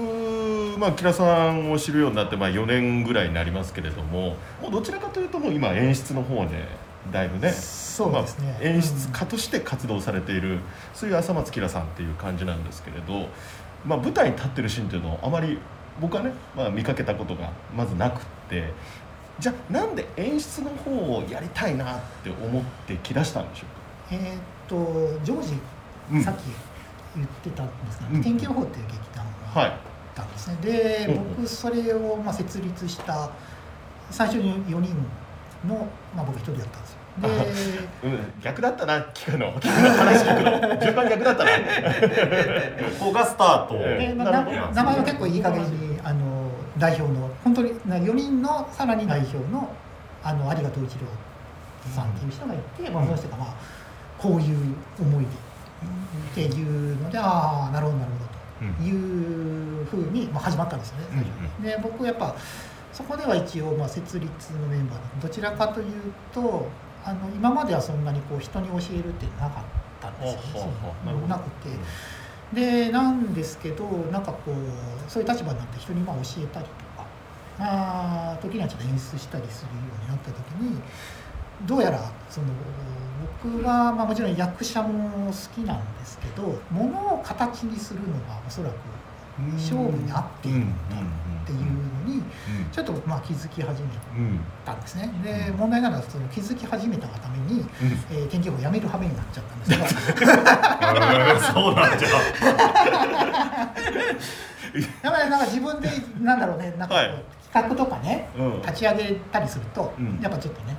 B: まあキラさんを知るようになってまあ4年ぐらいになりますけれどももうどちらかというともう今演出の方でだいぶね
H: そうですね、
B: まあ、演出家として活動されている、そういう浅松キラさんっていう感じなんですけれど、まあ、舞台に立ってるシーンっていうのをあまり僕はね、まあ、見かけたことがまずなくってじゃあなんで演出の方をやりたいなって思ってきだしたんでしょ
H: うんえーっとジョージ、
B: うん
H: さっき言ってたんですが、
B: うん
H: 天気予報っていう劇団
B: う
H: が
B: か
H: あ
B: はい
H: ったんですね、で、
B: うん
H: 僕それをまあ設立した最初に4人の、まあ、僕一人だったんですよで
B: うん、逆だったな聞くの聞くの話聞くの順番逆だったな
C: ここがスタート、
H: で
B: え
H: まあ
B: な
H: な
B: るほど
H: 名前は結構いい加減にあの代表の本当にな4人のさらに代表のあの有賀藤一郎さんっていう人がいて、まあ、その人が、まあ、こういう思いでっていうのでああなるほどなるほどというふうに、まあ、始まったんですよね最初で僕やっぱそこでは一応まあ設立のメンバーでどちらかというとあの今まではそんなにこう人に教えるってなかったんですよね
B: ほうほうほう
H: そう
B: なるほど
H: なくて。でなんですけどなんかこうそういう立場になって人にまあ教えたりとかまあ時にはちょっと演出したりするようになった時にどうやらその僕は、まあ、もちろん役者も好きなんですけどものを形にするのがおそらく勝負に合っているんだっていうのにちょっとまあ気づき始め
B: うん
H: たんですねで問題なのはその気づき始めたがために、えー天気予報やめる羽目になっちゃっ たんですが。
C: そうなんじゃ
H: やっぱりなんか自分でなんだろうねなんかこう
B: はい
H: 企画とかね、
B: うん
H: 立ち上げたりすると、
B: うん
H: やっぱちょっとね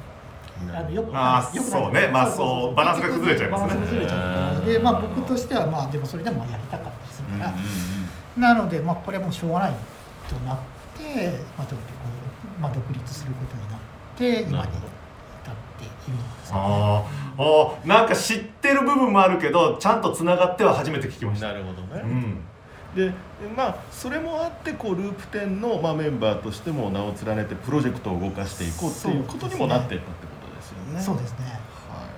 H: あのよく
C: まあ
H: よくない
C: そうねまあそうバランスが崩れちゃいますね
H: バランスが崩れちゃうでまあ僕としてはまあでもそれでもやりたかったりするから、なのでまあこれはもうしょうがないとなって、まあ、ちょっとこう、まあ、独立することになって今に至っているんですよね。
C: あーあーなんか知ってる部分もあるけどちゃんとつながっては初めて聞きました
B: なるほどね、
C: うん
B: でまあそれもあってこうループ10の、まあ、メンバーとしても名を連ねてプロジェクトを動かしていこうっていうことにもなっていったってことですよね。
H: そうですね
B: は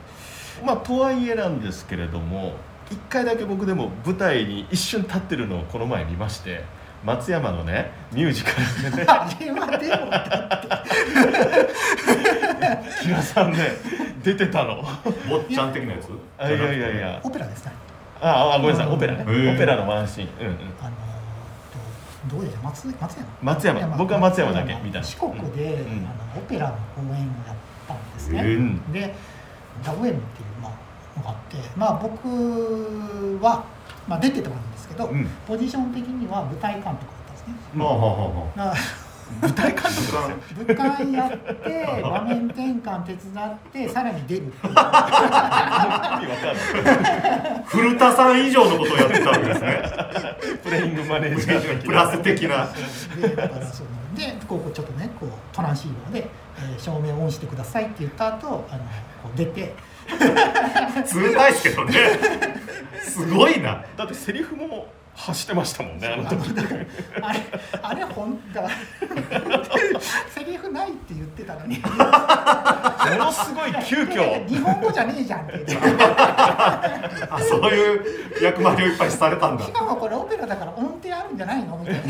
B: いまあ、とはいえなんですけれども一回だけ僕でも舞台に一瞬立ってるのをこの前見まして松山のねミュージカルでね
H: あれはでもだ
B: 木村さんね出てたの。
C: 坊っちゃん的なやつ
B: あいやいやいや
H: オペラですね
B: ああごめんなさいオペラね
C: へえ
B: オペラのワンシーン、うんうん、
H: あのーとどうでしょう松松山
B: 松山僕は松山だけみたいな
H: 四国で、
B: うん
H: あのオペラの公演をやったんですね、
C: え
H: でダブエムっていうまあのがあってまあ僕は、まあ、出てたんですけど、
B: うん
H: ポジション的には舞台監督だったんですね
C: まあはあは
H: だから
B: 舞台監督ですよ
H: 舞台 やって場面転換手伝ってさらに出るって
B: 意
H: いう
B: 味わかんない
C: あ古田さん以上のことをやってたわけですね
B: プレイングマネージャー的
C: プ
B: な
C: ラス的な
H: でだからそのでこうちょっとねこうトランシーバーで、えー照明をオンしてくださいって言った後あのこう出て
C: 冷たいですけどねすごいな
B: だってセリフも走ってましたもんねあの時
H: あれあれ本だセリフないって言ってたのに
B: ものすごい急遽
H: 日本語じゃねえじゃんって言って
C: あそういう役割をいっぱいされたんだ
H: しかもこれオペラだから音程あるんじゃないのみたいな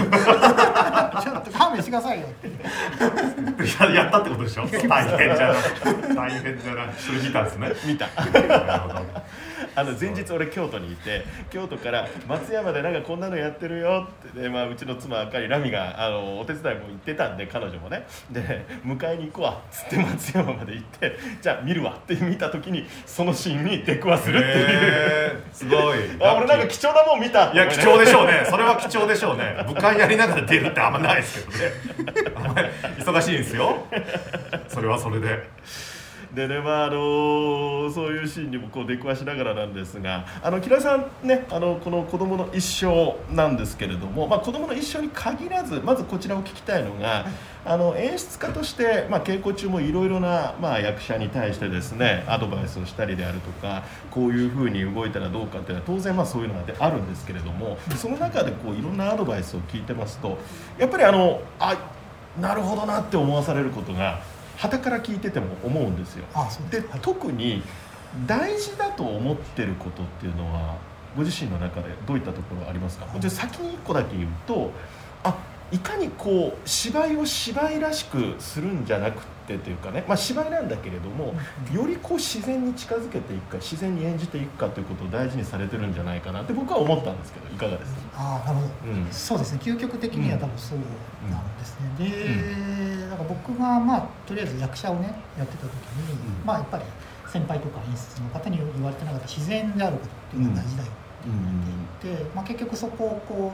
H: ちょっと勘弁してくださいよって
C: や やったってことでしょ大変じゃない大変じゃないそれ見たんですね
B: 見た
C: なるほど
B: あの前日俺京都にいて京都から松山でなんかこんなのやってるよってで、まあ、うちの妻赤いラミがあのお手伝いも行ってたんで彼女もねで迎えに行くわっつって松山まで行ってじゃあ見るわって見た時にそのシーンに出くわするっていう、
C: へーすごい
B: あ俺なんか貴重なもん見た
C: いや貴重でしょうねそれは貴重でしょうね部会やりながら出るってあんまないですけどねあんまり忙しいんですよそれはそれで
B: でねまああのそういうシーンにもこう出くわしながらなんですがあの木田さんねあのこの子供の一生なんですけれども、まあ、子供の一生に限らずまずこちらを聞きたいのがあの演出家として、まあ、稽古中もいろいろな、まあ、役者に対してですねアドバイスをしたりであるとかこういうふうに動いたらどうかっていうのは当然まあそういうのがあるんですけれどもその中でこういろんなアドバイスを聞いてますとやっぱりあのあなるほどなって思わされることが傍から聞いてても思うんですよ。
H: あそう
B: で
H: ですはい
B: 特に大事だと思ってることっていうのはご自身の中でどういったところありますか、じゃあ先に1個だけ言うとあいかにこう芝居を芝居らしくするんじゃなくってというかね、まあ、芝居なんだけれどもよりこう自然に近づけていくか自然に演じていくかということを大事にされてるんじゃないかなって僕は思ったんですけどいかがですか、
H: ああなるほど
B: うん
H: そうですね究極的には多分そうなんですね、で、なんか僕がまあとりあえず役者をねやってた時に、
B: うん
H: まあやっぱり先輩とか演出の方に言われてなかった自然であることっていうのが大事だよって言って、まあ、結局そこをこ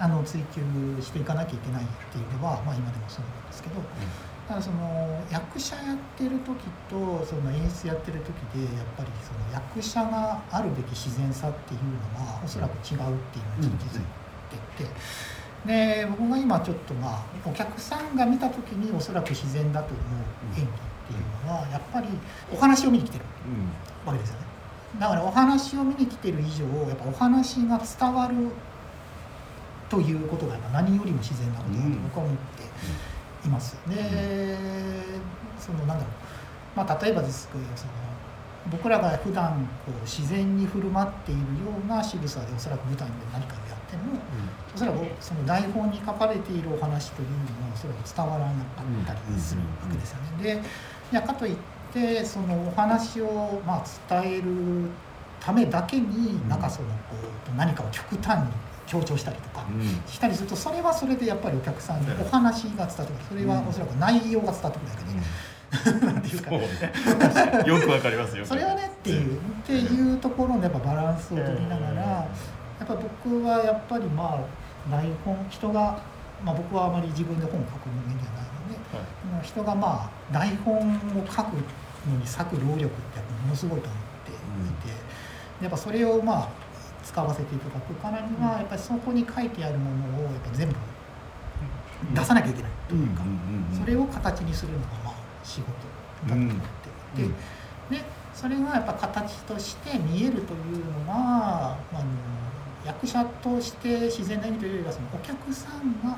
H: うあの追求していかなきゃいけないっていうのは、まあ、今でもそうなんですけど、ただその役者やってる時とその演出やってる時でやっぱりその役者があるべき自然さっていうのはおそらく違うっていうのに気づいてて。で僕が今ちょっとまあお客さんが見た時におそらく自然だと思う演技っていうのはやっぱりお話を見に来てるわけですよねだからお話を見に来てる以上やっぱお話が伝わるということがやっぱ何よりも自然なことだと僕は思っています、でそのなんだろう、まあ、例えばですけどその僕らが普段こう自然に振る舞っているような仕草でおそらく舞台で何かをやっても、おそらくその台本に書かれているお話というのはそれは伝わらなかったりするわけですよね。でいやかといってそのお話をまあ伝えるためだけになんかそのこう何かを極端に強調したりとかしたりするとそれはそれでやっぱりお客さんにお話が伝わってくるそれはおそらく内容が伝わってくるだけで、なんていうか
B: もうねよくわかりますよ
H: それはねっていう、っていうところのやっぱバランスを取りながら、やっぱ僕はやっぱりまあ台本人が、まあ、僕はあまり自分で本を書く人間じゃないので、まあ人がまあ台本を書くのに割く労力ってやっぱものすごいと思っていて、やっぱそれをまあ使わせていただくからには、やっぱりそこに書いてあるものをやっぱ全部出さなきゃいけないというか、それを形にするのがまあ仕事だと思っていて。
B: うん
H: でそれがやっぱ形として見えるというのはあの役者として自然な演技というよりはそのお客さんが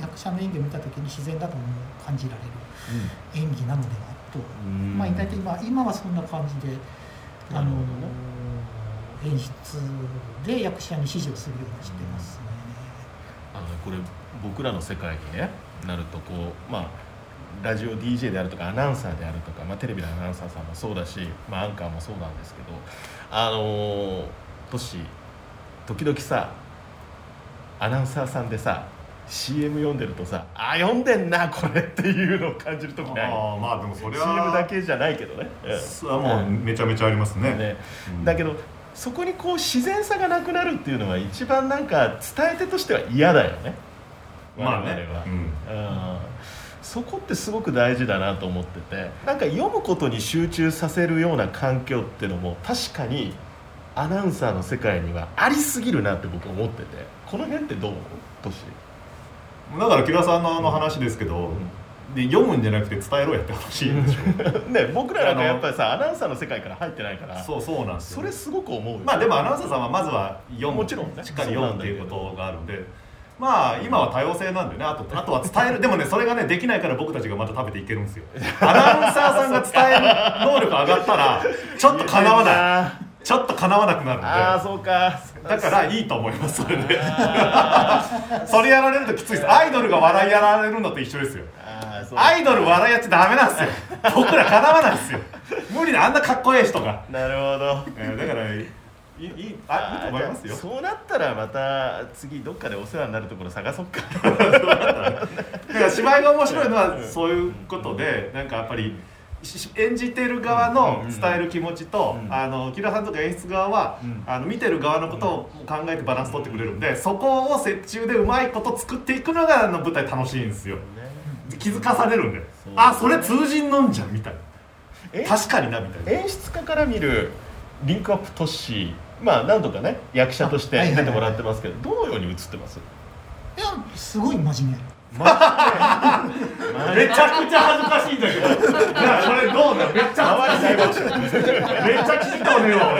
H: 役者の演技を見た時に自然だと思う感じられる演技なのではと、まあ大体今今はそんな感じであの、演出で役者に指示をするようにしてますね。
B: あのねこれ僕らの世界に、ね、なるとこうまあラジオ DJ であるとかアナウンサーであるとか、まあ、テレビのアナウンサーさんもそうだし、まあ、アンカーもそうなんですけどあのートシ時々さアナウンサーさんでさ CM 読んでるとさあ読んでんなこれっていうのを感じる時ない
C: ああまあでもそれ
B: CM
C: は
B: だけじゃないけどね。うん
C: それはもうめちゃめちゃありますね
B: ね
C: うん
B: だけどそこにこう自然さがなくなるっていうのは一番なんか伝え手としては嫌だよね
C: まあ
B: 我
C: ね
B: 々は、
C: うん
B: うんそこってすごく大事だなと思っててなんか読むことに集中させるような環境ってのも確かにアナウンサーの世界にはありすぎるなって僕思っててこの辺ってどう思う年
C: だから木田さんのあの話ですけど、
B: ん
C: で読むんじゃなくて伝えろやってほしいんでしょ
B: ね僕らなんかやっぱりさアナウンサーの世界から入ってないから
C: そうそうなんです
B: そ
C: よ
B: れすごく思うよ
C: まあでもアナウンサーさんはまずは読む
B: もちろんね
C: しっかり読むっていうことがあるんでまあ今は多様性なんでねあとあとは伝えるでもねそれがねできないから僕たちがまた食べていけるんですよアナウンサーさんが伝える能力上がったらちょっとかなわない
B: あ
C: ちょっとかなわなくなるんで
B: あーそうか
C: だからいいと思いますそれでそれやられるときついですアイドルが笑いやられるのと一緒ですよ
B: あーそう
C: アイドル笑いやっちゃダメなんですよ僕らかなわないですよ無理だあんなかっこええ人が
B: なるほど
C: えーだからいいいいあいいと思いますよ
B: そうなったらまた次どっかでお世話になるところ探そっか
C: だから芝居が面白いのはそういうことでなんかやっぱりしし演じてる側の伝える気持ちと、
B: うん
C: あの木田さんとか演出側は、
B: うん
C: あの見てる側のことを考えてバランス取ってくれるんでそこを折衷でうまいこと作っていくのがあの舞台楽しいんですよ気づかされるんで、
B: そう
C: あそれ通じんのんじゃんみたい
B: え
C: な確かになみたいな
B: 演出家から見るリンクアップ都市まあ何度かね役者として出てもらってますけどどのように映って ます
H: いやすごい真面目
C: めちゃくちゃ恥ずかしいんだけどなあこれどうなのめっちゃ恥ずかしいわめっちゃ聞きとうねえわ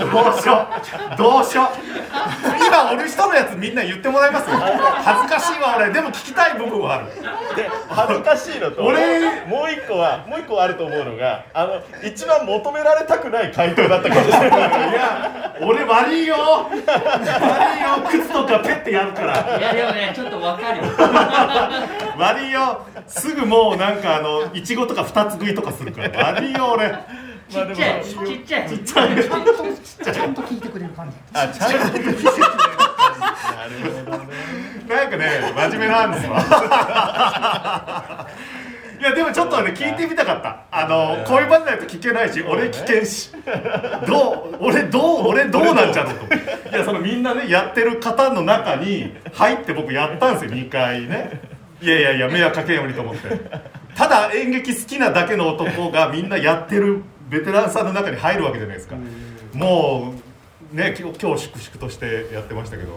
C: 俺どうしようどうしよう今俺人のやつみんな言ってもらいますよ恥ずかしいわ俺でも聞きたい部分はある
B: で恥ずかしいのと
C: 俺
B: もう一個はもう一個あると思うのがあの一番求められたくない回答だった かもしれない
C: いや俺悪いよ悪いよ靴とかペッてやるから
E: いやでもねちょっとわかるよ
C: 悪いよすぐもうなんかあのいちごとか二つ食いとかするから悪いよ俺
E: ちっちゃいちっちゃいちっち
H: ちゃんとちゃんと聞いてくれる感じ
B: あちゃんと見せてくれたなるほどね
C: なんかね、真面目なんですわ。いやでもちょっとね聞いてみたかったあの恋バナだと聞けないし俺聞けんしどう俺どう俺どうなんじゃろうといやそのみんなねやってる方の中に入って僕やったんですよ2回ねいやいやいや迷惑かけんようにと思ってただ演劇好きなだけの男がみんなやってるベテランさんの中に入るわけじゃないですかもうね今日今日粛々としてやってましたけど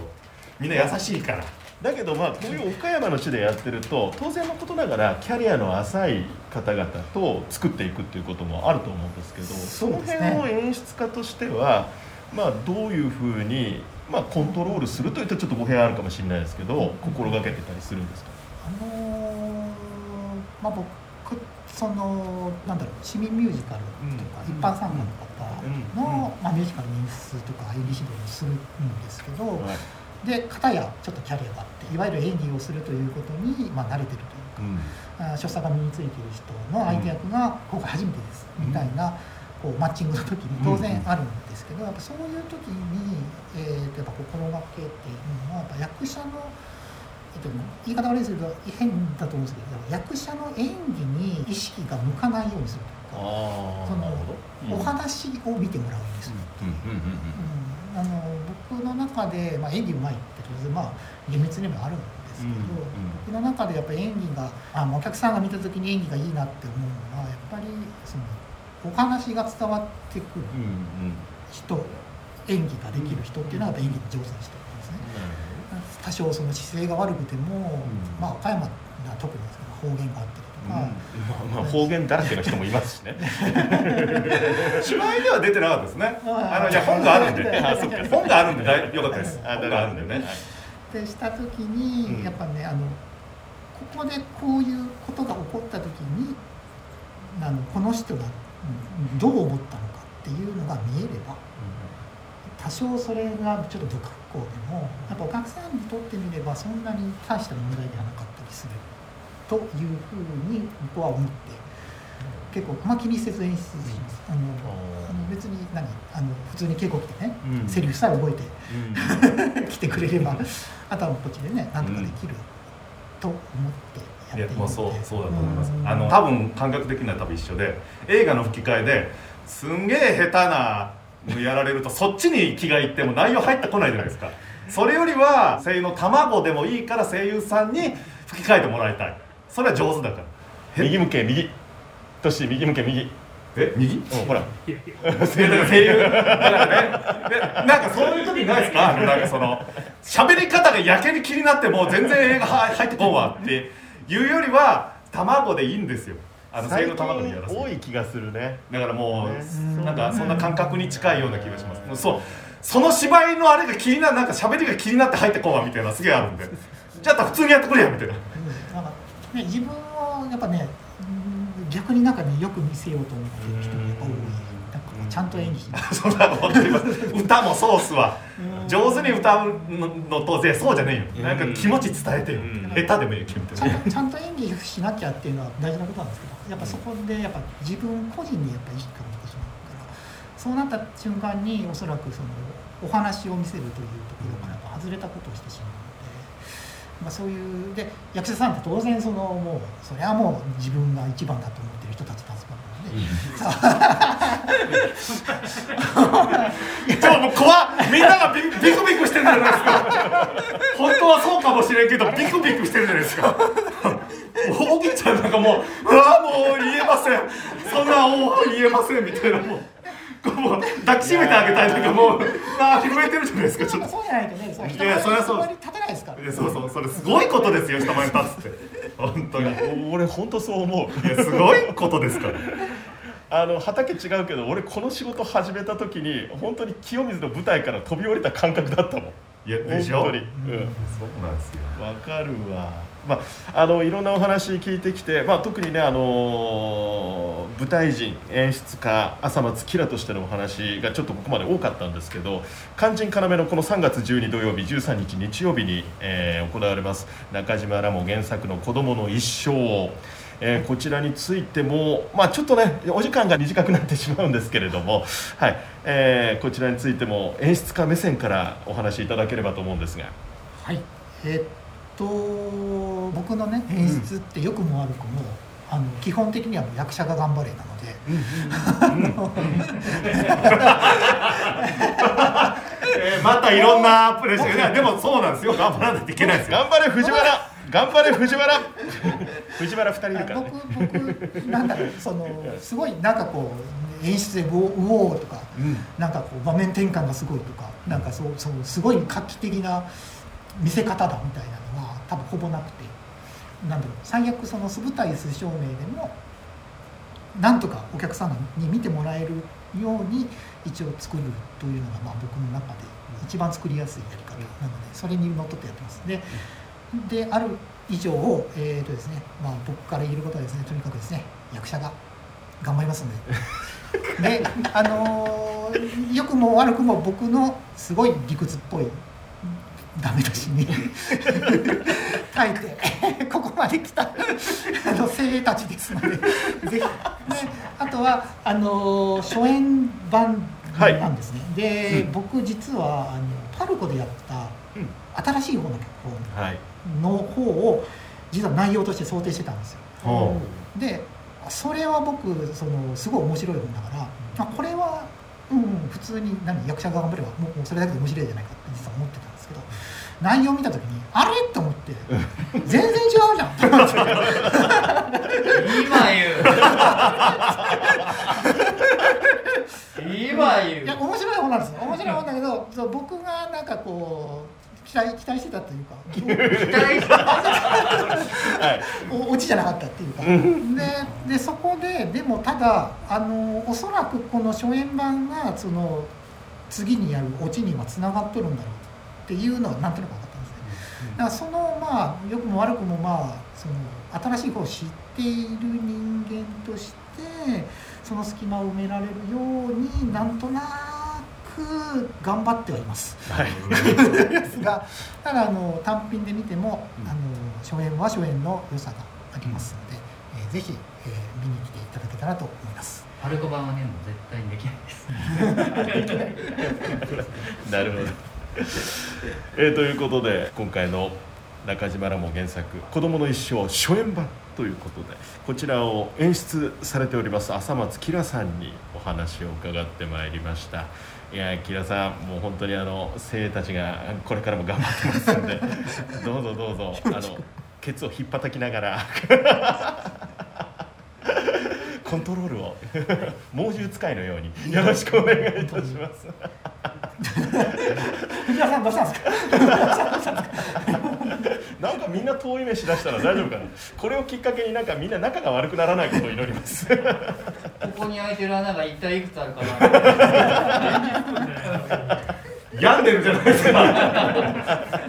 C: みんな優しいから。
B: だけどまあこういう岡山の地でやってると当然のことながらキャリアの浅い方々と作っていくっていうこともあると思うんですけどその
H: うです
B: 辺
H: ね
B: を演出家としてはまあどういうふうにまあコントロールするというとちょっと語弊あるかもしれないですけど心がけてたりするんですか
H: あのーまあ僕そのなんだろう市民ミュージカルとか、
B: うん
H: 一般参加の方の、まあ、ミュージカルの演出とか演技指導をするんですけど、
B: はい
H: で片やちょっとキャリアがあっていわゆる演技をするということに、まあ、慣れてるというかあー所作が身についている人の相手役が今回初めてです、みたいなこうマッチングの時に当然あるんですけど、やっぱそういう時に、えー、やっぱ心がけているのはやっぱ役者の、えっと、言い方悪いですけど変だと思うんですけど役者の演技に意識が向かないようにするというか、
B: あ
H: そ
B: あ
H: の
B: なるほど
H: お話を見てもらうようにする。
B: うんうんうんうん
H: うんあの僕の中で、まあ、演技うまいって当然まあ厳密にもあるんですけ
B: う
H: ど、
B: んうん
H: 僕の中でやっぱり演技があのお客さんが見た時に演技がいいなって思うのはやっぱりそのお話が伝わってくる
B: うんうん
H: 人、演技ができる人っていうのはやっぱ演技の上手な人なんですね。多少その姿勢が悪くても、
B: ん
H: まあ岡山は特にですけど方言があったりとか、
B: うんまあまあ方言だらけの人もいますしね
C: 芝居では出てなかったですね。
H: あ
C: あのいや本があるん で、
H: あそっか
C: 本があるんで大よかったです。
B: あ
C: 本
B: だ
C: が
B: か
C: あ
B: ら
C: るんで
B: ね
C: ね。
H: ってした時に、
B: うん
H: やっぱねあのここでこういうことが起こった時にあのこの人がうんどう思ったのかっていうのが見えれば多少それがちょっと不格好でもやっぱお客さんにとってみればそんなに大した問題ではなかったりするというふうに僕は思って結構あんま気にせず演出します。あのあの別に何あの普通に稽古来てね、
B: うん
H: セリフさえ覚えて
B: うん
H: 来てくれればあとはこっちでねなんとかできる、と思って
C: い
H: や
C: や
H: っている
C: もうそうそうだと思います。あの
H: 多
C: 多分感覚的には多分一緒で、映画の吹き替えですんげえ下手なのやられるとそっちに気がいっても内容入ってこないじゃないですか。それよりは声優の卵でもいいから声優さんに吹き替えてもらいたい。それは上手だから。
B: 右向け右トシ右向け右
C: え右？
B: うんほら
C: 声優声優だからねでなんかそういう時ないですかあの なんかその喋り方がやけに気になってもう全然映画は入ってこんわっていうよりは卵でいいんですよあの生
B: 最
C: の
B: 近
C: 卵にやらせ
B: 多
C: て
B: い気がするね
C: だからも
B: ね
C: うなんかそんな感覚に近いような気がしますもうそうその芝居のあれが気になるなんか喋りが気になって入ってこうわみたいなすげえあるんでじゃあ普通にやってくれやみたいな
H: なんかね、自分をやっぱねうん逆になんかねよく見せようと思ってる人がやっぱ多いなんかこうちゃんと演技しない
C: そんなの分かります歌もソースは上手に歌うのとぜそうじゃねえよなんか気持ち伝えてよ下手でもいいよ君み
H: ち
C: たい
H: ゃ
C: なん
H: とちゃんと演技しなきゃっていうのは大事なことなんですけどやっぱそこでやっぱ自分個人にやっぱ意識が向いてしまうからそうなった瞬間におそらくそのお話を見せるというところからやっぱ外れたことをしてしまうので、まあ、そういうで役者さんって当然そのもうそれはもう自分が一番だと思ってる人たちの集まるので。
C: でももう怖っみんながビビクビクしてるじゃないですか本当はそうかもしれんけどビクビクしてるじゃないですかおぎちゃんなんかもううわもう言えませんそんなおー言えませんみたいなもうこうもう抱きしめてあげたいとかもうあ震えてるじゃないですかちょっと
H: そうじゃないとね、そう人
C: いやそれはそう
H: 前に立てないですから
C: い。やそうそうそれすごいことですよ人前に立つって本当にい
B: お俺本当そう思う
C: やすごいことですから
B: あの畑違うけど俺この仕事始めた時に本当に清水の舞台から飛び降りた感覚だったもん
C: いやで
B: 本
C: しょ
B: 当にうん
C: そうなんですよ
B: わかるわ、まあ、あのいろんなお話聞いてきて、まあ、特にね、あのー舞台人演出家浅松キラとしてのお話がちょっとここまで多かったんですけど肝心要のこの3月12土曜日13日日曜日に、えー行われます中島らも原作の「子どもの一生を」えーこちらについても、まあ、ちょっとねお時間が短くなってしまうんですけれども、はいえーこちらについても演出家目線からお話しいただければと思うんですが。
H: はい。えっと僕のね演出ってよくも悪くも、あの基本的にはもう役者が頑張れなので、
C: えーまたいろんなプレッシャーいやでもそうなんですよ頑張らないといけないですよ
B: 頑張れ藤原頑張れ藤原 藤原二人いるからね
H: 僕僕なんだろうそのすごいなんかこう演出でうおうおーとか、なんかこう場面転換がすごいとか、なんかそうそうすごい画期的な見せ方だみたいなのは多分ほぼなくて、なんだろう最悪その素舞台素照明でもなんとかお客様に見てもらえるように一応作るというのがまあ僕の中で一番作りやすいやり方なのでそれにのっとってやってますでである以上をえーとですねまあ僕から言えることはですねとにかくですね役者が頑張りますのでであのー良くも悪くも僕のすごい理屈っぽいダメ出しに体育でここまで来たあの精鋭たちですのでぜひ、ね、あとはあの初演版なんですね、で、僕実はあのパルコでやった新しい方の脚
B: はい
H: 本の方を実は内容として想定してたんですよ
B: ほ
H: でそれは僕そのすごい面白い本だから、あこれは、うん、普通に何役者が頑張ればもうもうそれだけで面白いじゃないかって実は思ってたんですけど内容を見た時にあれと思って全然違うじゃんと思って
F: 今言う今言
H: いや
F: う
H: 面白い本なんですよ面白い本だけどそう僕がなんかこう期待期待してたというか
F: 期待した
H: おオチじゃなかったっていうかででそこででもただあのおそらくこの初演版がその次にやるオチにはつながっとるんだろうっていうのはなんとなく分かったんですねだからそのまあ良くも悪くもまあその新しい方を知っている人間としてその隙間を埋められるようになんとなく頑張ってはいます。ですがただあの単品で見ても、あの初演は初演の良さがありますので、えーぜひ、えー見に来ていただけたらと思います。
F: パルコ版はねもう絶対にできないです
B: う なるほど、えーということで今回の中島らも原作「子どもの一生初演版」ということでこちらを演出されております浅松キラさんにお話を伺ってまいりましたいやーキラさんもう本当にあの生たちがこれからも頑張ってますんで どうぞどうぞあのケツを引っ叩きながら コントロールを猛獣使いのようによろしくお願いいたします。
H: 藤原さんどうしたんですか？
K: なんかみんな遠い目しだしたら大丈夫かなこれをきっかけになんかみんな仲が悪くならないことを祈ります
L: ここに開いてる穴が一体いくつあるかな
F: 病んでるじゃないですか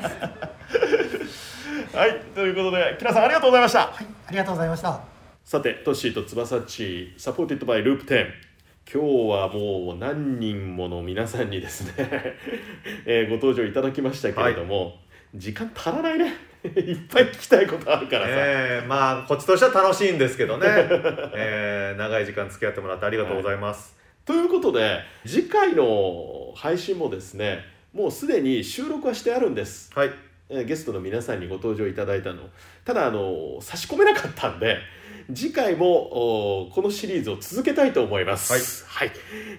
K: はいということでキラさんありがとうございました
H: ありがとうございました。
B: さてトッシーと翼っちサポーティッドバイループ10今日はもう何人もの皆さん にですね、えーご登場いただきましたけれども、時間足らない ねいっぱい聞きたいことあるからさ、
C: ええまあこっちとしては楽しいんですけどね、ええ長い時間付き合ってもらってありがとうございます、
B: ということで次回の配信もですねもうすでに収録はしてあるんです
C: はい
B: えーゲストの皆さんにご登場いただいたのただあの差し込めなかったんで次回もおーこのシリーズを続けたいと思います、はい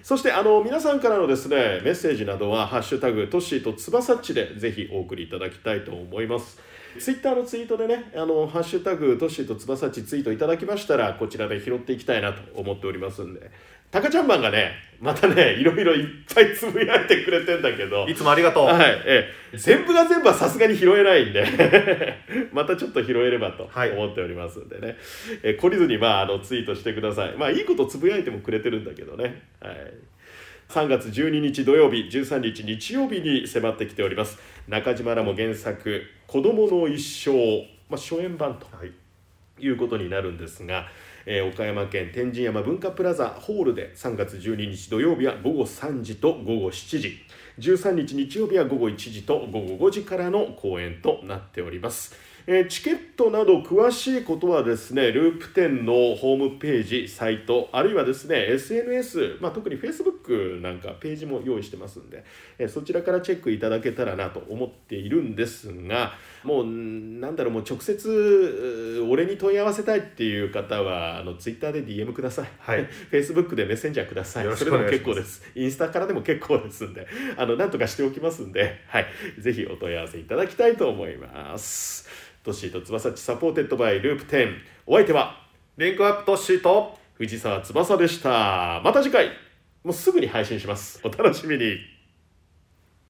B: そしてあの皆さんからのですねメッセージなどは「ハッシュタグトッシーとつばさっち」でぜひお送りいただきたいと思いますツイッターのツイートでね「あのハッシュタグトッシーとつばさっち」ツイートいただきましたらこちらで拾っていきたいなと思っておりますんでタカちゃんマンがねまたねいろいろいっぱいつぶやいてくれてんだけど
C: いつもありがとう、
B: は
C: はい
B: い、ええ全部が全部はさすがに拾えないんで またちょっと拾えればと
C: はい
B: 思っておりますんでね、え懲りずに、まあ、あのツイートしてくださいまあいいことつぶやいてもくれてるんだけどね、はい、3月12日土曜日13日日曜日に迫ってきております中島らも原作「子どもの一生」まあ、初演版ということになるんですが、えー岡山県天神山文化プラザホールで3月12日土曜日は午後3時と午後7時13日日曜日は午後1時と午後5時からの公演となっております、えーチケットなど詳しいことはですねループ展のホームページサイトあるいはですね SNS、まあ、特に Facebook なんかページも用意してますんで、えーそちらからチェックいただけたらなと思っているんですがもうんなんだろうもう直接うー俺に問い合わせたいっていう方はあの Twitter で DM ください、
C: はい、
B: Facebook でメッセンジャーください
C: よろ
B: それ
C: しく
B: で
C: お
B: も
C: 願いします
B: 結構ですインスタからでも結構ですんであのなんとかしておきますんで、はい、ぜひお問い合わせいただきたいと思いますトッシーと翼っちサポーテッドバイループ10お相手は
C: リンクアップトッシーと
B: 藤沢翼でしたまた次回もうすぐに配信しますお楽しみに